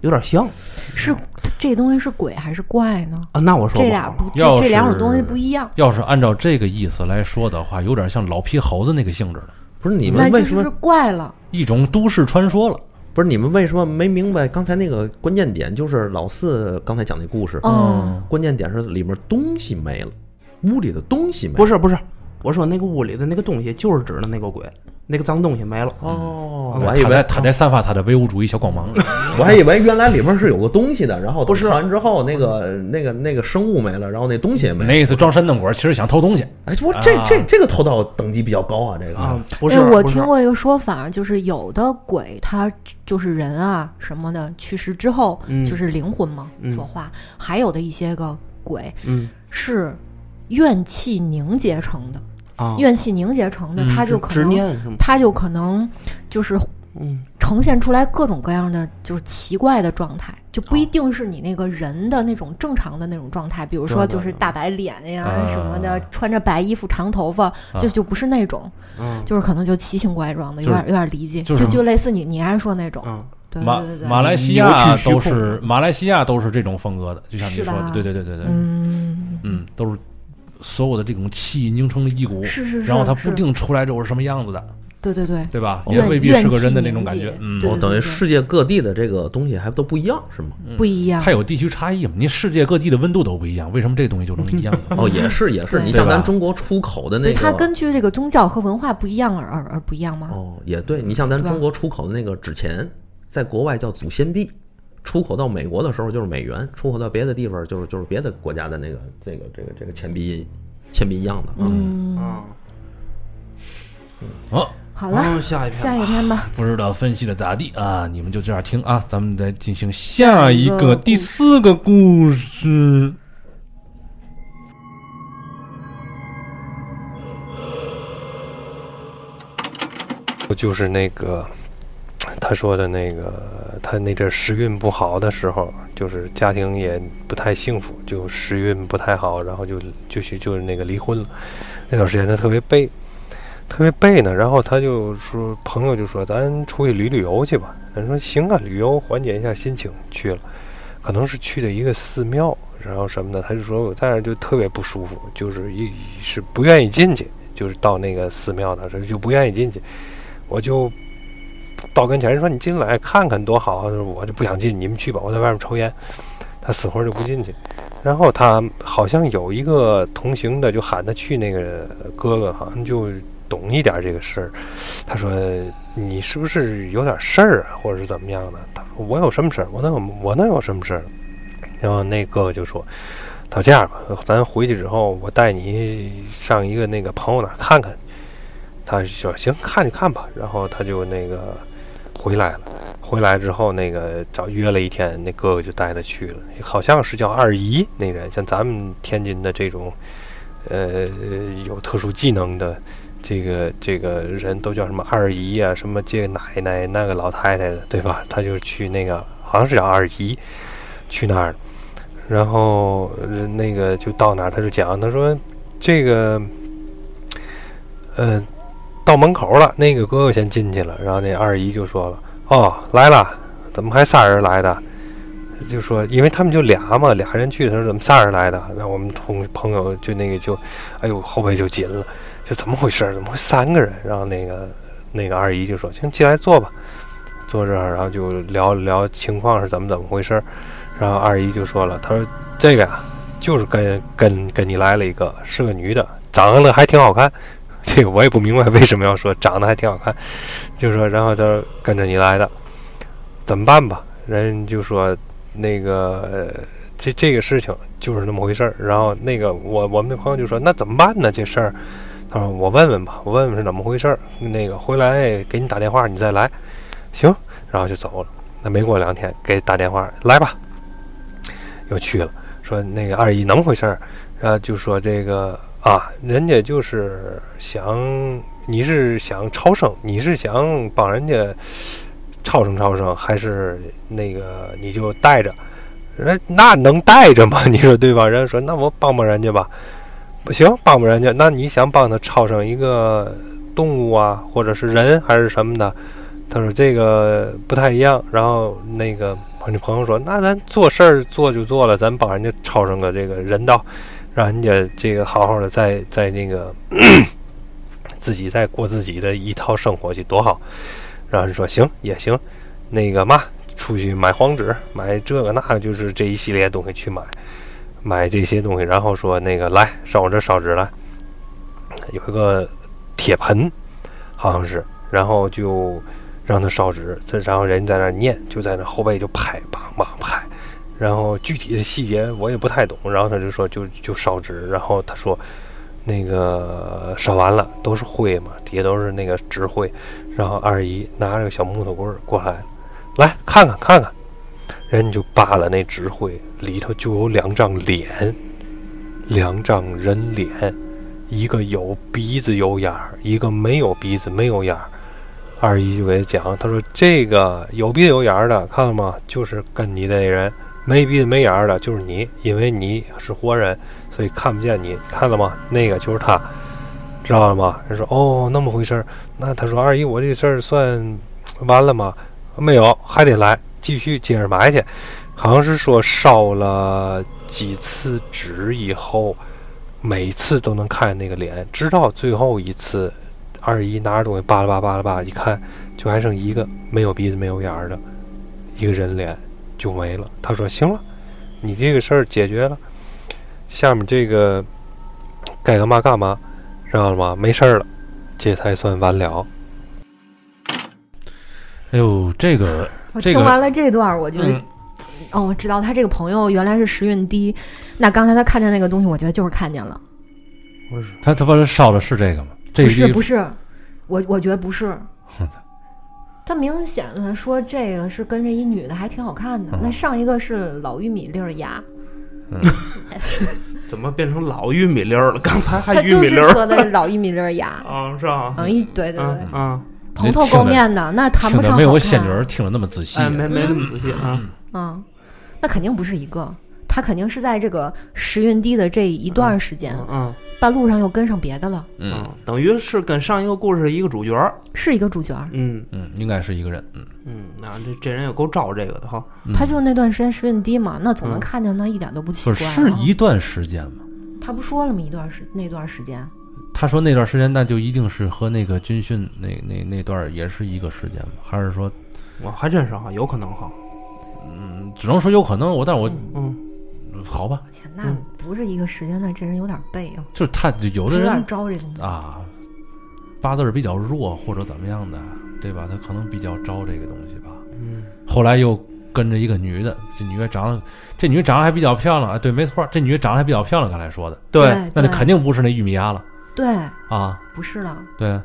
有点像
是这东西是鬼还是怪呢？
啊。那我说
这
不
俩
好了，
不，
要
这这两种
是
东西不一样。
要是按照这个意思来说的话，有点像老皮猴子那个性质了，
不是你
那
们
这
为什
就
么
是怪了，
一种都市传说了。
不是你们为什么没明白刚才那个关键点？就是老四刚才讲那故事，
嗯，
关键点是里面东西没了，屋里的东西没了。
不是不是，我说那个屋里的那个东西就是指的那个鬼，那个脏东西没了。
哦，我还以
他在
为
他在散发他的唯物主义小光 芒，
我还以为原来里面是有个东西的，然后不是完之后那个那个那个生物没了，然后那东西也没了。
那意思装神弄鬼，其实想偷东西。
哎，我这这这个头道等级比较高啊，这个
啊，不
哎
是，
我
不是
听过一个说法，就是有的鬼他就是人啊什么的去世之后，
嗯
就是灵魂嘛、
嗯
所化，还有的一些个鬼
嗯
是怨气凝结成的，
啊，
怨气凝结成的，
嗯
他
执
就可
执
能
念什么，
他就可能就是
嗯
呈现出来各种各样的就是奇怪的状态，就
哦
不一定是你那个人的那种正常的那种状态，比如说
对对
就是大白脸呀
啊
什么的，穿着白衣服、长头发，
啊
就就不是那种，
嗯
就是可能就奇形怪状的，有
就是
点有点离奇，
就
就是就类似你你爱说那种，
嗯，
对
马
对对对，
马来西
扭
亚
曲虚
都
空
是马来西亚都是这种风格的，就像你
是
说的
吧，
对对对对对，
嗯，
嗯，都是所有的这种气凝成了一股，
是是是，
然后它不
是，
定出来之后是什么样子的，
对对对，
对吧？
怨
也未必是个人的那种
怨
感
气凝
觉
结，
嗯，
对
哦，等于世界各地的这个东西还都不一样是吗？
嗯
不一样
它，有地区差异嘛，你世界各地的温度都不一样，为什么这东西就能一样 呢？
哦，也是也是，
对
你像
对吧
咱中国出口的
对
那个，
它根据这个宗教和文化不一样而而而不一样吗？
哦也对，你像咱中国出口的那个纸钱，在国外叫祖先币，出口到美国的时候就是美元，出口到别的地方就是就是别的国家的那个这个这个这个钱币钱币一样的啊。
嗯，
嗯，
哦，
好了，
嗯下一 篇
下一
吧，
篇吧。
不知道分析的咋地啊？你们就这样听啊，咱们再进行下
下
一
一个
个
故
第
事
四个故事。
就是那个他说的那个，他那阵儿时运不好的时候，就是家庭也不太幸福，就时运不太好，然后就就是就是那个离婚了。那段时间他特别背，特别背呢。然后他就说，朋友就说咱出去旅旅游去吧。他说行啊，旅游缓解一下心情，去了，可能是去的一个寺庙，然后什么的。他就说，但是就特别不舒服，就是一是不愿意进去，就是到那个寺庙的时候就不愿意进去。我就到跟前人说：“你进来看看多好啊！”他说我就不想进，你们去吧，我在外面抽烟。他死活就不进去。然后他好像有一个同行的就喊他去，那个哥哥好像就懂一点这个事儿。他说：“你是不是有点事儿啊，或者是怎么样的？”他说：“我有什么事儿？我能有我能有什么事儿？”然后那哥哥就说：“他这样吧，咱回去之后，我带你上一个那个朋友那儿看看。”他说行，看就看吧。然后他就那个回来了，回来之后那个找约了一天，那哥哥就带他去了，好像是叫二姨那人，像咱们天津的这种，呃，有特殊技能的。这个这个人都叫什么二姨啊，什么这个奶奶那个老太太的，对吧？他就去那个好像是叫二姨，去那儿，然后呃那个就到那儿，他就讲，他说这个，呃，到门口了，那个哥哥先进去了，然后那二姨就说了：“哦，来了，怎么还仨人来的？”就说，因为他们就俩嘛，俩人去的时候怎么仨人来的？然后我们同朋友就那个就，哎呦后背就紧了，就怎么回事？怎么会三个人？然后那个那个二姨就说：“行，进来坐吧。”坐这儿，然后就聊聊情况是怎么怎么回事儿。然后二姨就说了，她说这个呀，就是跟跟跟你来了一个，是个女的，长得还挺好看。 这个我也不明白为什么要说长得还挺好看，就说然后她说跟着你来的，怎么办吧？人就说那个、呃、这这个事情就是那么回事儿。然后那个我我们那朋友就说那怎么办呢？这事儿。他说：“我问问吧，我问问是怎么回事儿。那个回来给你打电话，你再来。行，然后就走了。那没过两天给打电话，来吧，又去了。说那个二姨怎么回事儿？然后就说这个啊，人家就是想你是想超生，你是想帮人家超生超生，还是那个你就带着？人那能带着吗？你说对吧？人家说那我帮帮人家吧。”不行，帮不人家。那你想帮他超生一个动物啊，或者是人还是什么的？他说这个不太一样。然后那个我那朋友说，那咱做事儿做就做了，咱帮人家超生个这个人道，让人家这个好好的在在那个 自己再过自己的一套生活去，多好。然后人说行也行，那个嘛，出去买黄纸，买这个那个，就是这一系列东西去买。买这些东西，然后说那个来上我这烧纸来，有一个铁盆，好像是，然后就让他烧纸，这然后人在那念，就在那后背就拍，梆梆拍，然后具体的细节我也不太懂，然后他就说就就烧纸，然后他说那个烧完了都是灰嘛，底下都是那个纸灰，然后二姨拿着个小木头棍儿过来，来看看看看。人就扒了那纸灰，里头就有两张脸，两张人脸，一个有鼻子有眼儿，一个没有鼻子没有眼儿。二姨就给他讲，他说这个有鼻子有眼儿的，看了吗？就是跟你那人没鼻子没眼儿的，就是你，因为你是活人，所以看不见你，看了吗？那个就是他，知道了吗？人说哦，那么回事儿。那他说二姨，我这事儿算完了吗？没有，还得来。继续接着埋去，好像是说烧了几次纸以后，每次都能看见那个脸，直到最后一次，二姨拿着东西扒拉扒拉扒拉扒拉，一看就还剩一个没有鼻子没有眼儿的一个人脸就没了。他说：“行了，你这个事儿解决了，下面这个该干嘛干嘛，知道了吗？没事儿了，这才算完了。”
哎呦，这个
我
这
听
个
完了这段儿，我觉得，
嗯
哦，我知道他这个朋友原来是时运低。那刚才他看见那个东西，我觉得就是看见了，
他他妈烧的是这个吗？这
不是不
是，
是，我我觉得不是。他明显的说这个是跟着一女的，还挺好看的。那上一个是老玉米粒儿牙，
怎么变成老玉米粒儿了？刚才
他
还玉
就
米
是
粒儿，
说的是老玉米粒儿牙
啊，是吧？
嗯，一对对对，
嗯嗯，
蓬头垢面的，那谈
听
不
着
上
没有
好
我
看啊
仙女儿听着那么仔细
哎，。没没那么仔细啊。
嗯，那肯定不是一个，他肯定是在这个时运低的这一段时间，
嗯嗯
半路上又跟上别的了，
嗯
嗯，等于是跟上一个故事一个主角儿。
是一个主角儿。
嗯
嗯，应该是一个人。嗯，
嗯，那这这人也够招这个的哈。
他就那段时间时运低嘛，那总能
嗯
看见，那一点都不奇
不
怪
是
啊。
是一段时间吗？
他不说了吗？一段时那段时间，
他说那段时间，那就一定是和那个军训那那那段儿也是一个时间吗？还是说，
我还真是哈，有可能哈。
嗯只能说有可能我，但我
嗯，
好吧，
天那不是一个时间，那这人有点背啊，
就是他有
他
的
有点
人
招这东西。
啊，八字儿比较弱或者怎么样的，对吧？他可能比较招这个东西吧。
嗯，
后来又跟着一个女的，这女的长得，这女的长得还比较漂亮啊，对，没错，这女的长得还比较漂亮，刚才说的，
对，
那
哎对，
就肯定不是那玉米鸭了
对，
啊，
不是了。
对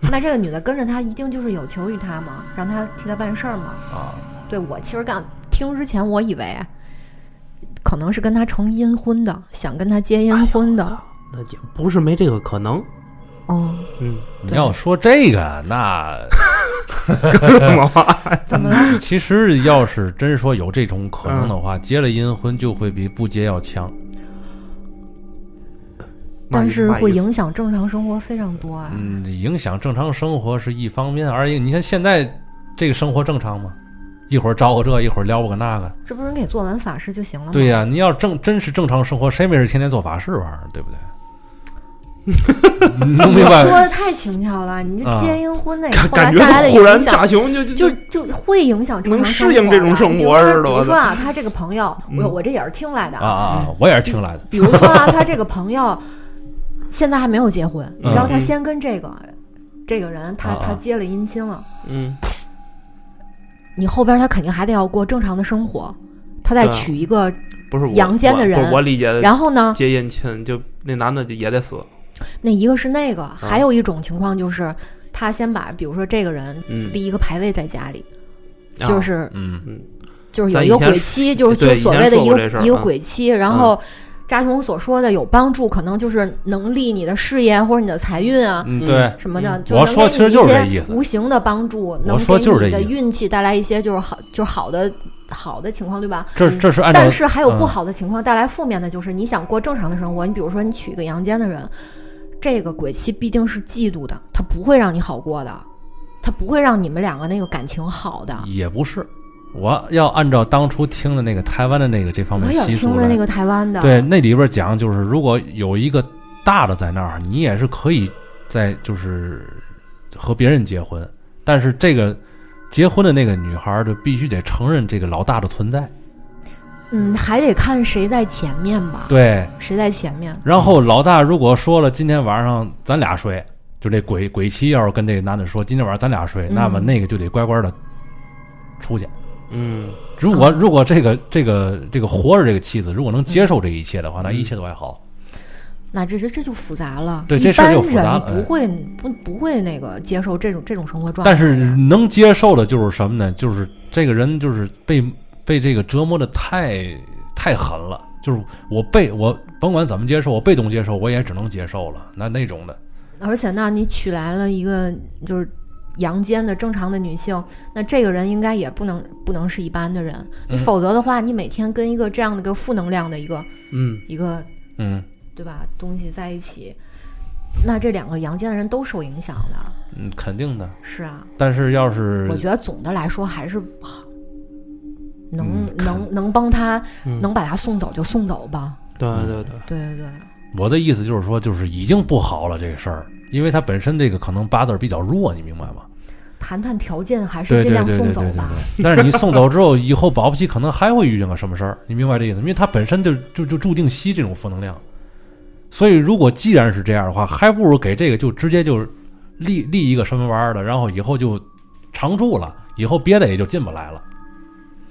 那这个女的跟着他，一定就是有求于他嘛，让他替他办事儿嘛。
啊，
对我其实刚听之前，我以为可能是跟他成阴婚的，想跟他结阴婚的。
那也不是没这个可能。
哦，
嗯，
你
对
要说这 个，那
怎么了？
其实要是真说有这种可能的
嗯
话，结了阴婚就会比不结要强。
但是会
赢。
影响正常生活非常多啊。
嗯，影响正常生活是一方面，而已。你看现在这个生活正常吗？一会儿招个这，一会儿撩拨个那个，
这不是给做完法事就行了吗？
对呀、你要正真是正常生活，谁没事天天做法事玩意儿，对不对？能明白
说
吗？
的太轻巧了，你这戒烟婚那个后来
哎啊感
带来 的
觉忽然
影响
炸熊就
就就会影响正常
能
生活
适应这种
的
生
比如
活
说
似的
比如
我操
说啊，他这个朋友，我
嗯
我这也是听来的
啊啊。啊！我也是听来的，
比如说啊，他这个朋友现在还没有结婚，
嗯
然后他先跟这个这个人，他
啊啊
他结了姻亲了，
嗯，
你后边他肯定还得要过正常的生活，他再
对啊呃
娶一个，
不是我
阳间的
我
人
不是我理解的
然后呢，
接烟亲，就那男的就也得死，
那一个是那个，
啊
还有一种情况就是。他先把，比如说这个人
嗯，
立一个牌位在家里，
啊
就是
嗯，
就是有
咱
一个
以前
鬼妻，就是
对
就所
以前
谓的
说
一
过这事
个
儿
一个
嗯
鬼妻。然后，扎熊所说的有帮助，可能就是能利你的事业或者你的财运啊
嗯，
嗯
对，
什么的。
嗯
就
我
能
说
给
其
你
实
一
就是
些
这意思
无形的帮助能
说
给
就是
你
这
的
意思
运气带来一些就是好就是好的好的情况，对吧？
这这是按照
但是还有
嗯
不好的情况带来负面的，就是你想过正常的生活，你比如说你娶一个阳间的人，这个鬼妻必定是嫉妒的，他不会让你好过的，他不会让你们两个那个感情好的。
也不是，我要按照当初听的那个台湾的那个这方
我
面
也
习
听
俗
的
来
那，个台湾的，
对，那里边讲就是，如果有一个大的在那儿，你也是可以在就是和别人结婚，但是这个结婚的那个女孩儿就必须得承认这个老大的存在，
嗯，还得看谁在前面吧，
对。
谁在前面。
然后老大如果说了今天晚上咱俩睡，就这鬼鬼妻要是跟这个男的说今天晚上咱俩睡，
嗯
那么那个就得乖乖的出去。
嗯，
如果
啊
如果这个这个这个活着这个妻子如果能接受这一切的话，那一切都还好。
那这这这就复杂了，
对
一
这事儿
般
就复杂了哎
人不会不不会那个接受这种这种生活状态。
但是能接受的就是什么呢？就是这个人就是被被这个折磨的太太狠了，就是我被我甭管怎么接受，我被动接受，我也只能接受了。那那种的，
而且呢，你娶来了一个就是阳间的正常的女性，那这个人应该也不能不能是一般的人，
嗯
否则的话，你每天跟一个这样的一个负能量的一个
嗯，
一个
嗯，
对吧东西在一起，那这两个阳间的人都受影响的。
嗯肯定的。
是啊，
但是要是
我觉得总的来说还是能、
嗯看
能能帮他、
嗯
能把他送走就送走吧。
对对对，
对对对，
我的意思就是说，就是已经不好了这个事儿，因为他本身这个可能八字儿比较弱，你明白吗？
谈谈条件还是
对
尽
对
量
对对
送
对
走
对
吧。
对。但是你送走之后，以后保不齐可能还会遇见个什么事儿，你明白这意思吗？因为它本身就就就注定吸这种负能量，所以如果既然是这样的话，还不如给这个就直接就立立一个什么玩意儿的，然后以后就常住了，以后别的也就进不来了。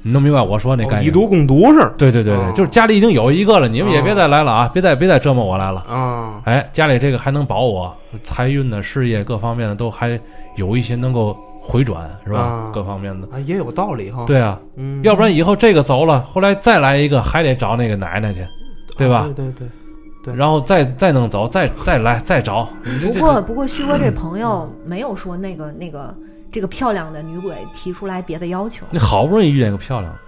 你能明白我说那概
以
念？
毒攻毒似的。
对对对
哦
对，就是家里已经有一个了，你们也别再来了啊！别再别再折磨我来了。
啊，
哎，家里这个还能保我，财运呢、事业各方面的都还有一些能够回转，是吧？
啊
各方面的，
啊也有道理哈，
对啊，
嗯，
要不然以后这个走了，后来再来一个还得找那个奶奶去，对吧
啊对对对，对
然后再再能走，再再来再找，
不过不过，旭哥这朋友没有说那个那个这个漂亮的女鬼提出来别的要求，
你好不容易遇见个漂亮 的。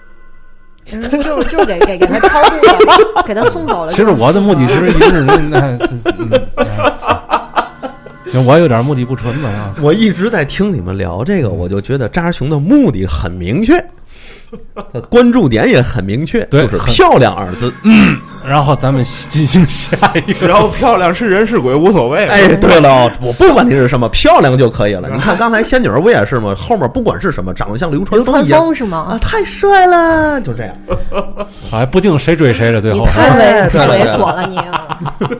嗯就是就是给给给他超度了，给他送走了。
其实我的目的其实一直是那，是嗯哎 行我有点目的不纯嘛啊。
我一直在听你们聊这个，我就觉得扎熊的目的很明确，他关注点也很明确，
对
就是
很
漂亮二字。
然后咱们进行下一
只
个，
要漂亮是人是鬼无所谓。
哎，对了，我不管你是什么，漂亮就可以了。你看刚才仙女儿不也是吗？后面不管是什么，长得像流川
流
枫
川
一样
枫是
啊，
吗？
太帅了，就这样。
哎，不定谁追谁了，最
你
后
太猥
对
太
了对了
猥琐了你。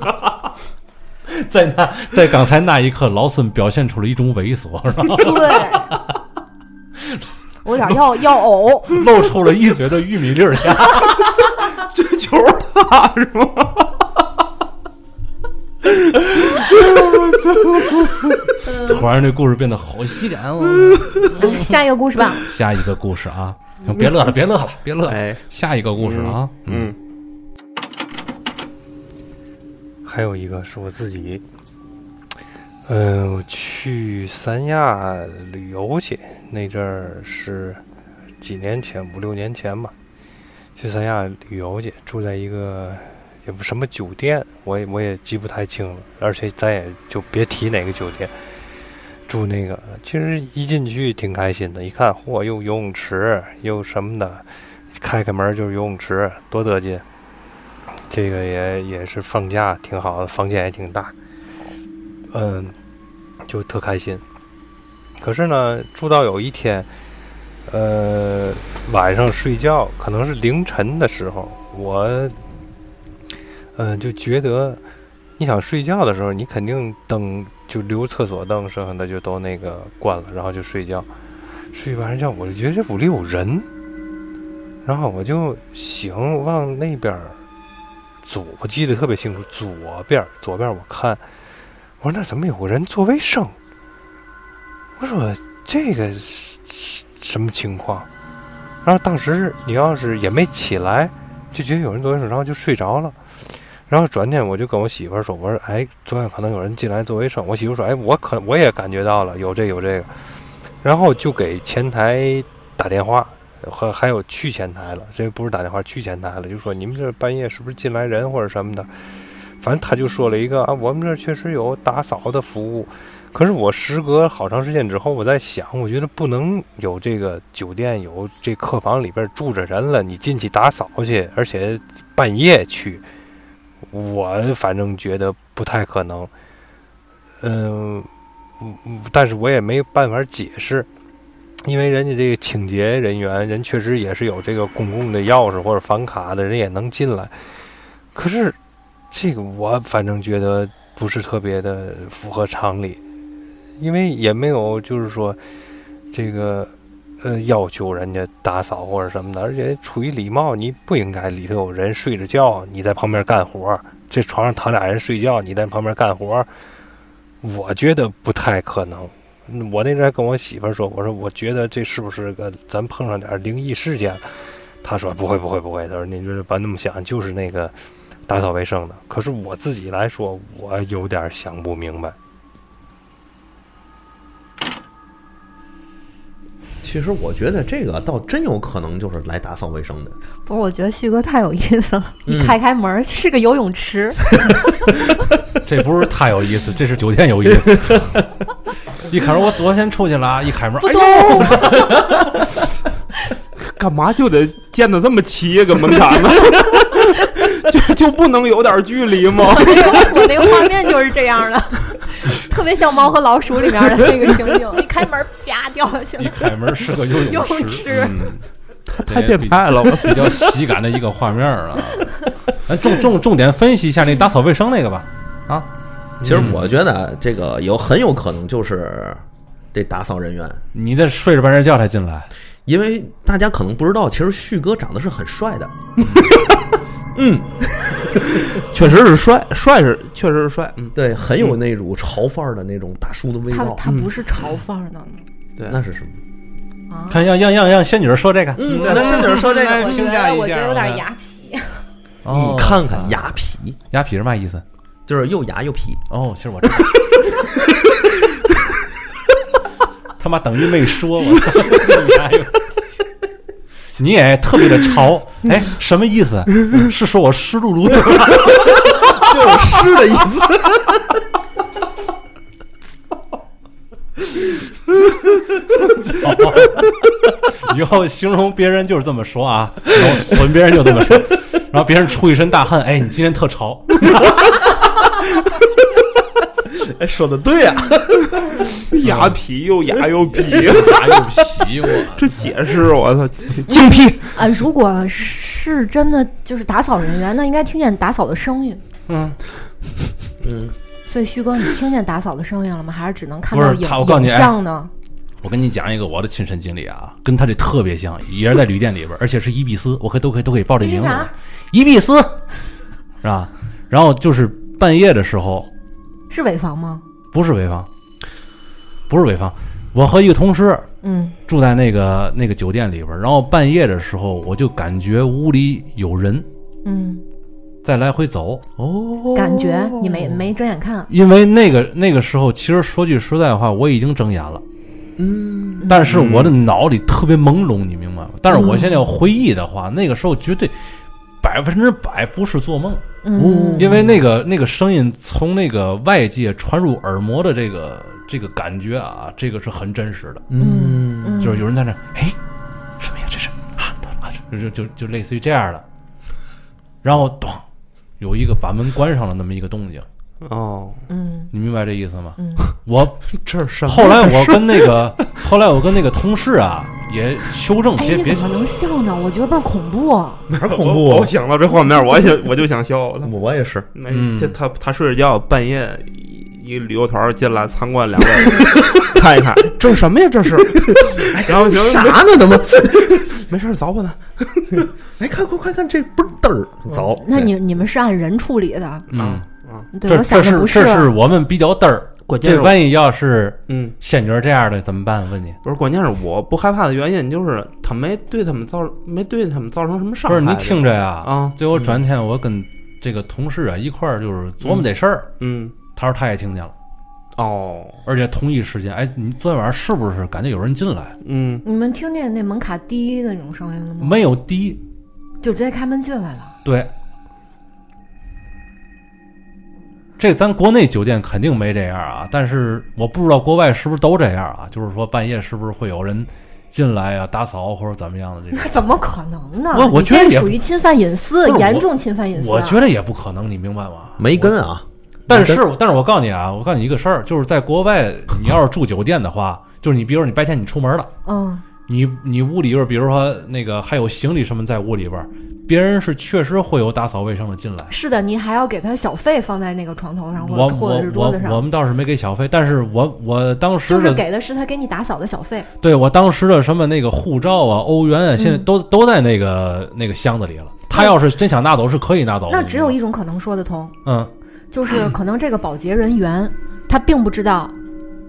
在那在刚才那一刻，老孙表现出了一种猥琐，是吧？
对，我有点要要呕。
露出了一嘴的玉米粒儿牙。
这球儿
啊
大是吗？
突然这故事变得好洗脸哦。
哎 下一个故事吧，
下一个故事啊，行别乐了，别乐了，别乐了。
哎，
下一个故事了啊，
嗯，
还
还有一个是我自己，嗯、我去三亚旅游去，那阵儿是几年前，五六年前吧，去三亚旅游去，住在一个也不什么酒店，我也我也记不太清了，而且咱也就别提哪个酒店。住那个，其实一进去挺开心的，一看，嚯，又游泳池，又什么的，开开门就是游泳池，多得劲！这个也也是放假挺好的，房间也挺大，嗯，就特开心。可是呢，住到有一天，呃，晚上睡觉可能是凌晨的时候，我，嗯、就觉得你想睡觉的时候，你肯定灯就留厕所灯，剩下的就都那个关了，然后就睡觉。睡晚上觉，我就觉得这屋里有人，然后我就醒，往那边儿左，我记得特别清楚，左边儿左边儿我看，我说那怎么有个人做卫生？我说这个是是什么情况？然后当时你要是也没起来，就觉得有人做卫生，然后就睡着了。然后转天我就跟我媳妇儿说：“我说，哎，昨天可能有人进来做卫生。”我媳妇儿说：“哎，我可我也感觉到了，有这有这个。”然后就给前台打电话，和还有去前台了，这不是打电话去前台了，就说你们这半夜是不是进来人或者什么的？反正他就说了一个啊，我们这确实有打扫的服务，可是我时隔好长时间之后，我在想，我觉得不能有这个酒店有这客房里边住着人了，你进去打扫去，而且半夜去，我反正觉得不太可能。嗯，嗯但是我也没办法解释， 因为人家这个清洁人员，人确实也是有这个公共的钥匙或者房卡的，人也能进来。可是这个我反正觉得不是特别的符合常理，因为也没有就是说这个呃要求人家打扫或者什么的，而且出于礼貌，你不应该里头有人睡着觉，你在旁边干活儿，这床上躺俩人睡觉，你在旁边干活儿。我觉得不太可能。嗯我那天还跟我媳妇儿说，我说我觉得这是不是个咱碰上点儿灵异事件？她说不会不会不会，她说你就是别那么想，就是那个打扫卫生的。可是我自己来说，我有点儿想不明白。
其实我觉得这个倒真有可能就是来打扫卫生的，
不是，我觉得旭哥太有意思了。
嗯
一开开门儿是个游泳池，
这不是太有意思，这是酒店有意思。 一开门我我先出去了啊，一开门，
咕
哎
咚
呦，，
干嘛就得建的这么齐呀？个门槛呢？ 就就不能有点距离吗？
我那个我那个画面就是这样的，特别像《猫和老鼠》里面的那个情景，一开门啪掉下去
哎一
了，
开门是嗯个 游
游
泳
泳
池，
池。
太变态 了！
比较喜感的一个画面儿啊。咱重重重点分析一下那打扫卫生那个吧。啊
其实我觉得这个有很有可能就是这打扫人员，
你这睡着半夜觉才进
啊
来，
因为大家可能不知道，其实旭哥长得是很帅的，
确实是帅，帅是确实是帅，嗯，
对，很有那种潮范儿的那种大叔的味
他
道。
他
嗯
不是潮范儿呢
对
那是什么？
啊！
看让让让让仙女儿说这个，
嗯，
对
那仙女儿说这
来
个，
我觉
评价
得
一
我觉
下
得有点
嗯
牙 皮，
哦
你看看牙痞，
牙痞是嘛意思？
就是又牙又痞。
哦，其实我知道。 他妈等于没说我。 你也特别的潮，哎，什么意思？是说我湿漉漉的吗？
就是诗的意思。
以后形容别人就是这么说啊，然后损别人就这么说，然后别人出一身大汗，哎，你今天特潮，
哎，说的对呀、
牙皮又牙又皮，
哪有哎皮我？
这解释我操，精辟！
啊，如果是真的就是打扫人员，那应该听见打扫的声音。
嗯，
所以旭哥，你听见打扫的声音了吗？还是只能看
不
到
是
影
他我告诉
影
你哎
像呢？
我跟你讲一个我的亲身经历啊，跟他这特别像，也是在旅店里边，而且是伊比斯，我可以都可以都可以报这
这是
名字
啥
了，？伊比斯是吧？然后就是半夜的时候，
是尾房吗？
不是潍坊，不是潍坊，我和一个同事
嗯，
住在那个那个酒店里边儿，然后半夜的时候，我就感觉屋里有人
嗯，
在来回走，
哦，
感觉你没没睁眼看，
因为那个那个时候，其实说句实在话，我已经睁眼了，嗯，但是我的脑里特别朦胧，你明白
嗯
吗？但是我现在要回忆的话，那个时候绝对百分之百不是做梦，
嗯，
因为那个那个声音从那个外界传入耳膜的这个这个感觉啊，这个是很真实的，
嗯，嗯
就是有人在那，哎，什么呀？这是啊啊，就就就就类似于这样的，然后咚，有一个把门关上了那么一个动静，
哦，
嗯
你明白这意思吗？
嗯，
我
这是什么
后来我跟那个 后来我跟那个同事啊也修正，
哎，
别
你
别
怎么能笑呢？我觉得倍儿恐怖。
哪儿恐
我
怖
我
哦
啊？
想到这画面，我也我就想笑。我他妈
我我也是，
没
嗯
这他他睡着觉，半夜一一个旅游团进来参观两个，看一看，
这是什么呀？ 这是
然后行
哎
啥呢？怎么？
没事儿凿吧呢。
哎，看快快看，这不是嘚儿走。哎
那你你们是按人处理的？
嗯，
对，我
这这
想的
是
不
这是我们比较嘚儿。
关键是
这万一要是
嗯，
仙女儿这样的怎么办？问你，
不是，关键是我不害怕的原因就是他没对他们造没对他们造成什么伤
不
害。
是你听着呀
啊
最后转天我跟这个同事啊一块儿就是琢磨这事儿，
嗯
他说他也听见了，
哦
而且同一时间，哎，你昨天晚上是不是感觉有人进来？
嗯
你们听见那门卡滴的那种声音了吗？
没有滴，
就直接开门进来了。
对，这咱国内酒店肯定没这样啊，但是我不知道国外是不是都这样啊，就是说半夜是不是会有人进来啊，打扫或者怎么样的这种
那。怎么可能呢？
我我
你
觉得
这
也
属于侵犯隐私
不是，我
严重侵犯隐私啊。
我觉得也不可能，你明白吗？
没根啊，
但是，但是我告诉你啊，我告诉你一个事儿，就是在国外，你要是住酒店的话，就是你，比如说你白天你出门了，
嗯，
你你屋里边，比如说那个还有行李什么在屋里边儿，别人是确实会有打扫卫生的进来。
是的，你还要给他小费放在那个床头上，或
我
者或
我
者是桌
我
子
我
上，
们倒是没给小费，但是我我当时
就
的
是给的是他给你打扫的小费。
对我当时的什么那个护照啊、欧元啊，现在
嗯
都、都在那个那个箱子里了。他要是真想拿走，是可以拿走的。
那只有一种可能说得通，
嗯，
就是可能这个保洁人员他并不知道，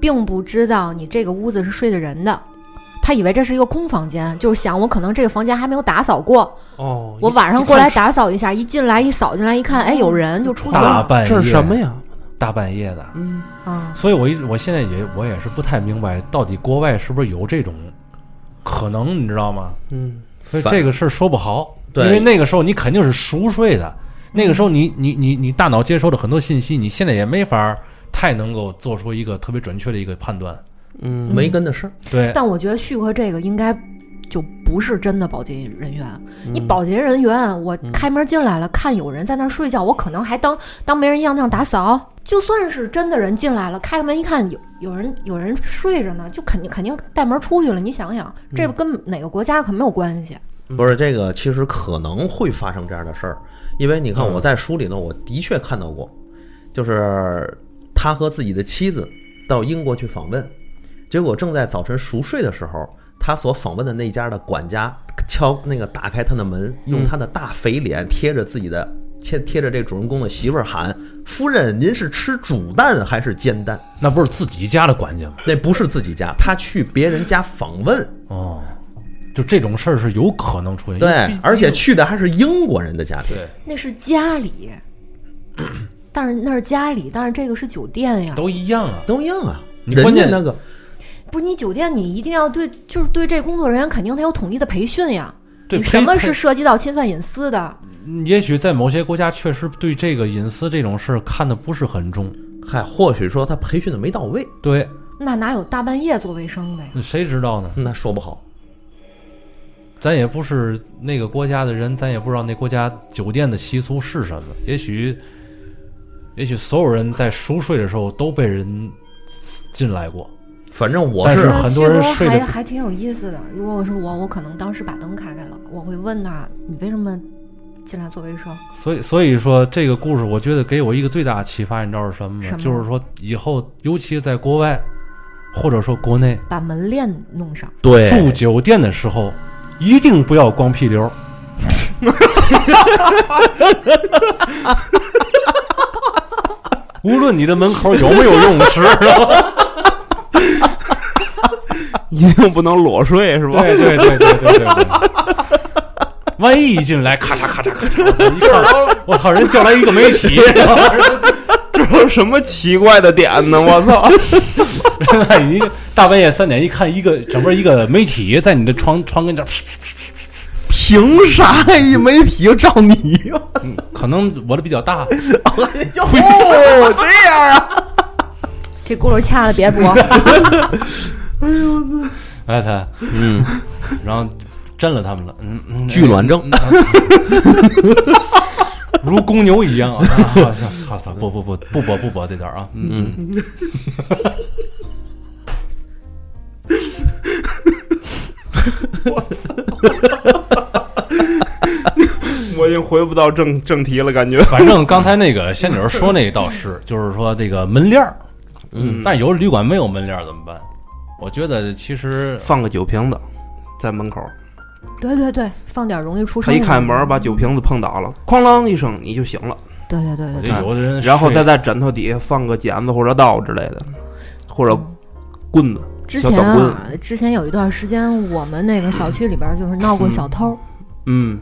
并不知道你这个屋子是睡的人的，他以为这是一个空房间，就想我可能这个房间还没有打扫过，
哦，
我晚上过来打扫一下，一进来一扫进来一看，哎，有人就出去
大
了
半夜
这是什么呀？
大半夜的，
嗯
啊。
所以我一直我现在也我也是不太明白，到底国外是不是有这种可能，你知道吗？
嗯
所以
反
这个事儿说不好，
对
因为那个时候你肯定是熟睡的，
嗯
那个时候你你你你大脑接收的很多信息，你现在也没法儿太能够做出一个特别准确的一个判断。
嗯，
没根的事儿。
对，
但我觉得旭哥这个应该就不是真的保洁人员，
嗯
你保洁人员，我开门进来了，看有人在那儿睡觉，我可能还当当没人一样那样打扫。就算是真的人进来了，开门一看有有人有人睡着呢，就肯定肯定带门出去了。你想想，
嗯
这跟哪个国家可没有关系。
不是这个，其实可能会发生这样的事儿，因为你看我在书里呢，我的确看到过，就是他和自己的妻子到英国去访问，结果正在早晨熟睡的时候，他所访问的那家的管家敲那个打开他的门，用他的大肥脸贴着自己的贴贴着这主人公的媳妇儿喊：“夫人，您是吃煮蛋还是煎蛋
那不是自己家的管家吗？？”
那不是自己家，他去别人家访问，
哦，就这种事儿是有可能出现。因为
对
毕，
而且去的还是英国人的家庭。
对
那是家 里，但是那是家里，但是这个是酒店呀。
都一样啊。
都一样啊。
你
人
关
家
键
那个
不是你酒店，你一定要对，就是对这工作人员肯定得有统一的培训呀。
对，
你什么
呸
是？涉及到侵犯隐私的？
呸也许在某些国家确实对这个隐私这种事儿看的不是很重。
嗨，或许说他培训的没到位，
对，
那哪有大半夜做卫生的呀？
谁知道呢？
那说不好。
咱也不是那个国家的人，咱也不知道那国家酒店的习俗是什么。也许，也许所有人在熟睡的时候都被人进来过。
反正我
但
是
是
那
很
旭
多人
哥
睡
还
得
还挺有意思的。如果是我，我可能当时把灯开开了，我会问他你为什么进来做卫生？
所以，所以说这个故事，我觉得给我一个最大的启发，你知道是什么吗？
什么
就是说，以后尤其在国外，或者说国内，
把门链弄上，
对
住酒店的时候，一定不要光屁溜儿。无论你的门口有没有泳池，
一定不能裸睡是吧？
对对对对对对对。万一一进来，咔嚓咔嚓咔嚓，我操！一看，我操，人叫来一个媒体，
这有什么奇怪的点 呢？我操！
一个大半夜三点一看，一个整个一个媒体在你的床床跟这儿，
凭啥呀？媒体就照你呀？
可能我的比较大，
哟，
哦
这样啊？
这轱辘掐了 别播。
哎他，嗯，然后震了他们了，嗯嗯，
据卵证
哎。嗯如公牛一样啊！啊操操！不不不不播不播这段啊！嗯，
我已经回不到正正题了，感觉。
反正刚才那个仙女儿说那 倒是，就是说这个门帘儿，
嗯，
但有的旅馆没有门帘儿怎么办？我觉得其实
放个酒瓶子在门口，
对对对，放点容易出
他
声
一
音的。
开门把酒瓶子碰倒了，哐啷一声你就醒了，
对对对
我
对
觉得有的人
然后
睡
再在枕头底下放个剪子或者刀之类的，或者
嗯
棍子。
之
小
前
短棍
啊，之前有一段时间，我们那个小区里边就是闹过小偷，
嗯，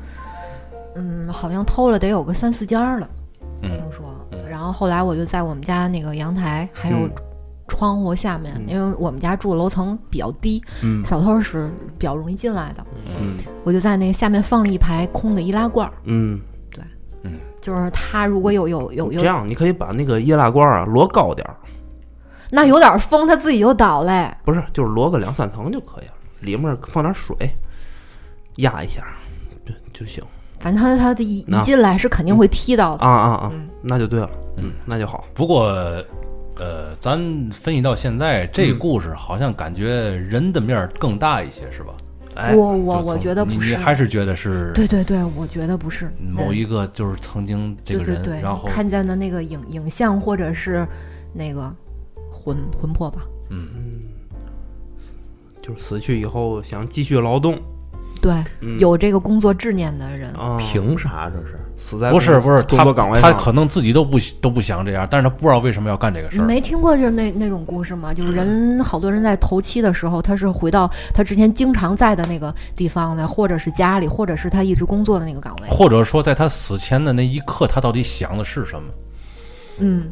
嗯，好像偷了得有个三四家儿了，
嗯
听说
嗯。
然后后来我就在我们家那个阳台还有
嗯
窗户下面，因为我们家住的楼层比较低，
嗯
小偷是比较容易进来的。
嗯
我就在那个下面放了一排空的易拉罐儿，
嗯，
就是他如果有有有
这
有，
样你可以把那个易拉罐啊摞高点儿，
那有点风，他自己就倒嘞。
不是，就是摞个两三层就可以了，里面放点水，压一下就就行。
反正他他这一一
那
进来是肯定会踢到的。
啊啊啊
嗯，
那就对了，
嗯
嗯，那就好。
不过，呃，咱分析到现在，这
嗯
故事好像感觉人的面儿更大一些，是吧？
哎
我我
就从
我觉得不
你你
是，
还是觉得是
对对对，我觉得不是
某一个就是曾经这个人，
对对对，
然后
你看见的那个影影像或者是那个魂魂魄吧？
嗯，
就是死去以后想继续劳动，
对，
嗯
有这个工作执念的人，
啊，
凭啥这嗯是？
死在
不是不是，
工
他
作岗位
他
上
可能自己都不都不想这样，但是他不知道为什么要干这个
你
事儿。
没听过就那那种故事吗？就是 人好多人在头七的时候，他是回到他之前经常在的那个地方的，或者是家里，或者是他一直工作的那个岗位。
或者说，在他死前的那一刻，他到底想的是什么？
嗯，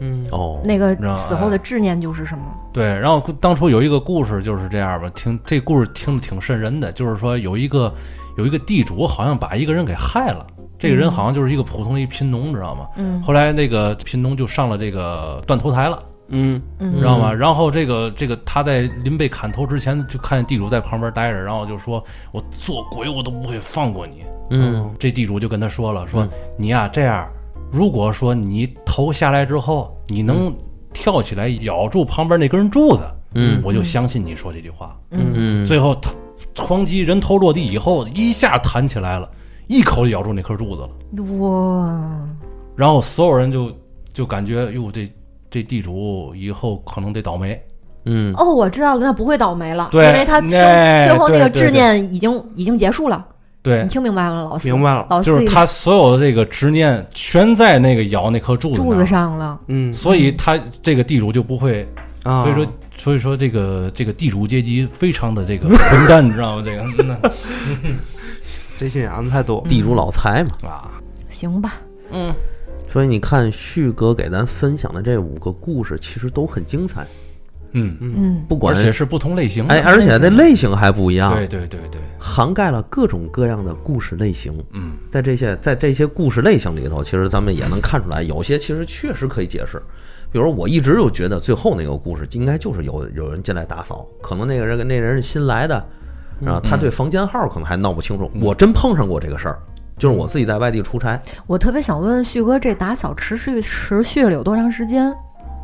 嗯，
哦，
那个
让
死后的执念就是什么？
对，然后当初有一个故事就是这样吧，听这故事听着挺瘆人的，就是说有一个有一个地主好像把一个人给害了，这个人好像就是一个普通的一贫农，知道吗？
嗯
后来那个贫农就上了这个断头台了，
嗯
你
嗯
知道吗？然后这个这个他在临被砍头之前，就看见地主在旁边待着，然后就说：“我做鬼我都不会放过你。”
嗯，
这地主就跟他说了：“说你呀、这样，如果说你头下来之后，你能跳起来咬住旁边那根柱子，
嗯，
我就相信你说这句话。
嗯
嗯
最后他哐叽人头落地以后，一下弹起来了，一口就咬住那棵柱子了。
哇，
然后所有人就就感觉哟，这这地主以后可能得倒霉。
嗯
哦，我知道了，那不会倒霉了，
对
因为他生
哎
最后那个
对对
执念已经已经结束了。
对
你，听明白了，老四？
明白了，
老四
就是他所有的这个执念全在那个咬那棵柱子那儿
柱子，上了。
嗯
所以他这个地主就不会。
啊，
所以说，所以说这个这个地主阶级非常的这个 混蛋，你知道吗？这个嗯
贼心眼子太多，
地主老财嘛。
呐啊，
行吧，
所以你看，旭哥给咱分享的这五个故事，其实都很精彩，
嗯，
嗯，
不管
而且是不同类型的。
哎，而且那啊类型还不一样，
对对对对，
涵盖了各种各样的故事类型。
嗯，
在这些在这些故事类型里头，其实咱们也能看出来，有些其实确实可以解释。比如我一直就觉得最后那个故事应该就是有有人进来打扫，可能那个人跟那人是新来的，
嗯
然后他对房间号可能还闹不清楚。我真碰上过这个事儿，就是我自己在外地出差，
我特别想问问旭哥，这打扫持续持续了有多长时间？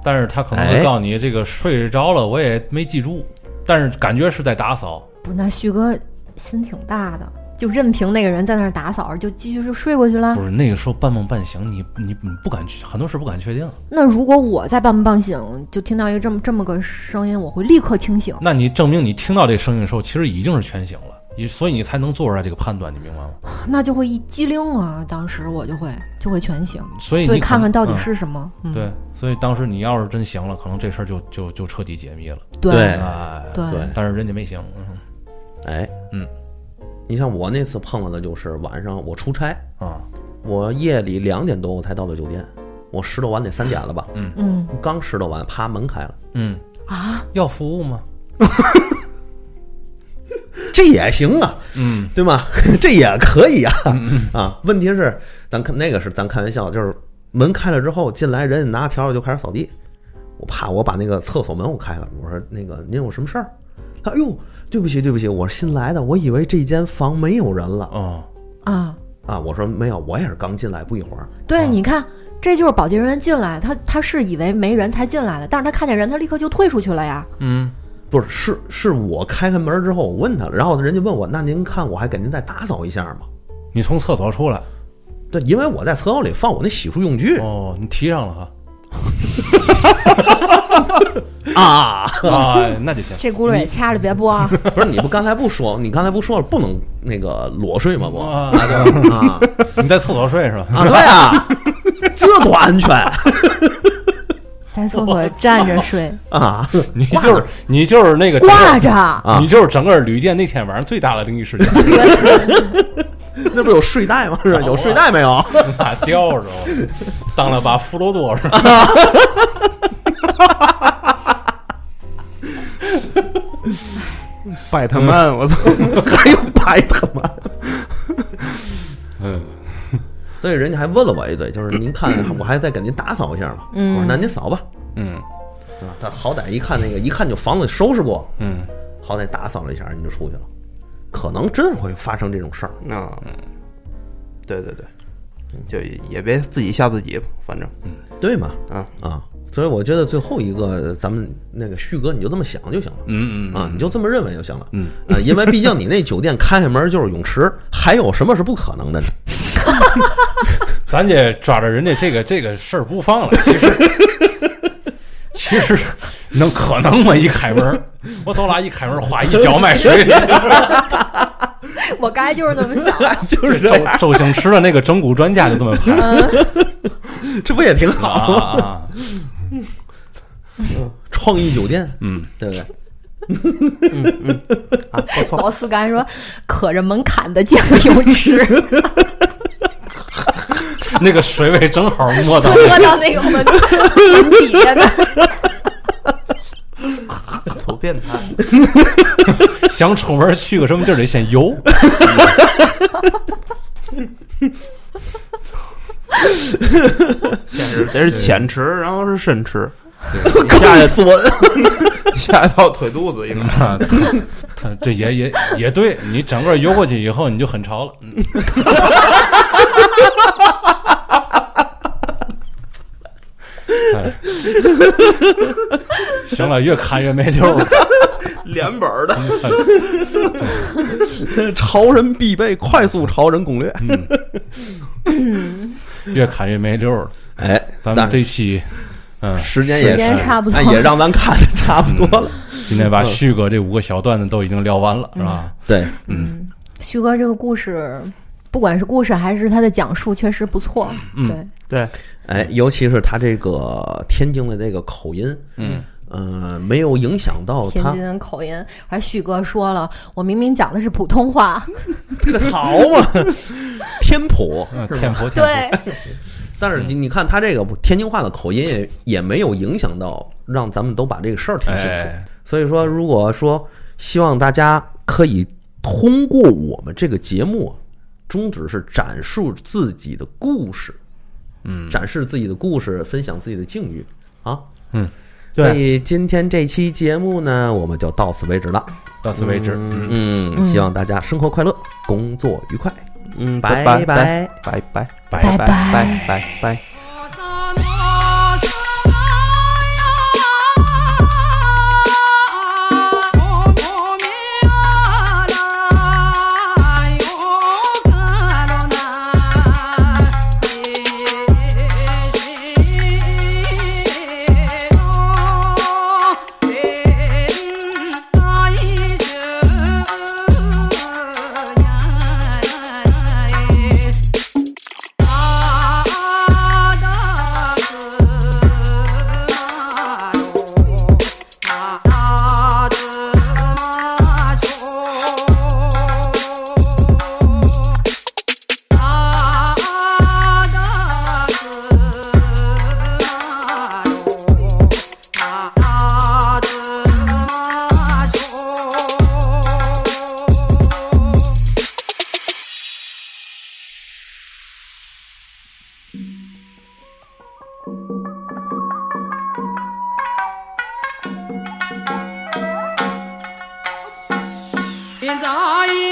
但是他可能会
哎
告诉你，这个睡着了我也没记住，但是感觉是在打扫。
不，那旭哥心挺大的，就任凭那个人在那儿打扫，就继续就睡过去了
不。是那个时候半梦半醒，你你你不敢去，很多事不敢确定。
那如果我在半梦半醒就听到一个这么这么个声音，我会立刻清醒。
那你证明你听到这声音的时候，其实已经是全醒了，也所以你才能做出来这个判断，你明白吗？
那就会一激灵啊，当时我就会就会全醒，
所以
就
你
会看
可
看
能
到底
嗯
是什么。嗯，
对，所以当时你要是真行了，可能这事儿就就就彻底解密了。
对
哎，
对
对
但是人家没行。嗯
哎，
嗯，
你像我那次碰到的就是晚上我出差，
啊，
我夜里两点多我才到的酒店，我拾掇完得三点了吧，
嗯
刚拾掇完，啪门开了，
嗯
啊，
要服务吗？
这也行啊，
嗯，
对吗？ 这也可以啊，啊，问题是咱看那个是咱开玩笑，就是门开了之后进来人拿笤帚就开始扫地，我怕我把那个厕所门我开了，我说那个您有什么事儿？啊他哎呦，对不起对不起，我是新来的，我以为这间房没有人了，
哦，
啊，
啊，我说没有，我也是刚进来不一会儿，
对，
啊
你看，这就是保洁人员进来，他他是以为没人才进来的，但是他看见人，他立刻就退出去了呀。
嗯，
不是是是我开开门之后我问他了，然后人家问我，那您看我还给您再打扫一下吗？
你从厕所出来，
对，因为我在厕所里放我那洗漱用具
哦，你提上了哈。
啊，
啊，那就行。
这轱辘也掐着别播啊！
不是你不刚才不说，你刚才不说了不能那个裸睡吗？不
啊，
啊对吧
你在厕所睡是吧？
啊，对啊，这多安全
在厕所站着睡，
啊！
你就是你就是那个整个
挂着，
啊
你就是整个旅店那天晚上最大的灵异事件，
那不是有睡袋吗？是吧有睡袋没有？
那吊着我，当了把骷髅多是吧？
拜他曼，我操！
还有白他妈！
嗯，
所以人家还问了我一嘴，就是您看我还再给您打扫一下吗？
嗯
我说那您扫吧。
嗯
啊，他好歹一看那个，一看就房子收拾过，
嗯，
好歹打扫了一下，你就出去了。可能真会发生这种事儿，
啊，对对对，就也别自己吓自己吧，反正
对吗？
啊
啊，所以我觉得最后一个，咱们那个旭哥，你就这么想就行了。
嗯嗯
啊，你就这么认为就行了。嗯，啊，因为毕竟你那酒店开开门就是泳池，还有什么是不可能的呢？
咱这抓着人家这个这个事儿不放了，其 实其实能可能吗？一开门，我走俩一开门，哗一脚迈水 里，
我刚才就是那么想的。
就是这
周
样，
周星驰的那个整蛊专家就这么拍
这不也挺好
啊啊
吗？
啊！
创意酒店，
嗯，
对不对？
啊，不错，
老四刚才说，可着门槛的见个泳池，
那个水位正好没到
就说到那个门门底下呢。
多变态。
想出门去个什么地儿得先游。
先是得是浅池，然后是深池，
坑死我！
吓到腿肚子应该。
啊，他他这也也也对你整个游过去以后，你就很潮了。嗯哎，行了，越看越没溜儿了。
连本儿的，
潮人必备快速潮人攻略。
越看越没溜儿了。
哎，
咱们
但
这期，嗯，
时间
时
也
间
是，
差不多
哎，也让咱看的差不多了。
今天把旭哥这五个小段子都已经聊完了，是吧？
对，
旭哥这个故事，不管是故事还是他的讲述，确实不错。对，
对，
哎，尤其是他这个天津的这个口音，嗯，呃，没有影响到
天
哦他
津，人口音，而旭哥说了，我明明讲的是普通话，
这个好 嘛，天普。
嗯，天婆天婆，
对，
但是你你看他这个天津话的口音也也没有影响到，让咱们都把这个事儿听清楚。
哎，
所以说，如果说希望大家可以通过我们这个节目，宗旨是展示自己的故事，嗯，展示自己的故事，分享自己的境遇啊，
嗯，
所以今天这期节目呢，我们就到此为止了。
到此为止。
嗯，希望大家生活快乐，工作愉快，
嗯，
拜
拜拜拜
拜
拜
拜
拜
拜拜拜。
Yeah. 啊，那是那哟，那是那哟。啊，那是那哟，那是那哟。现在。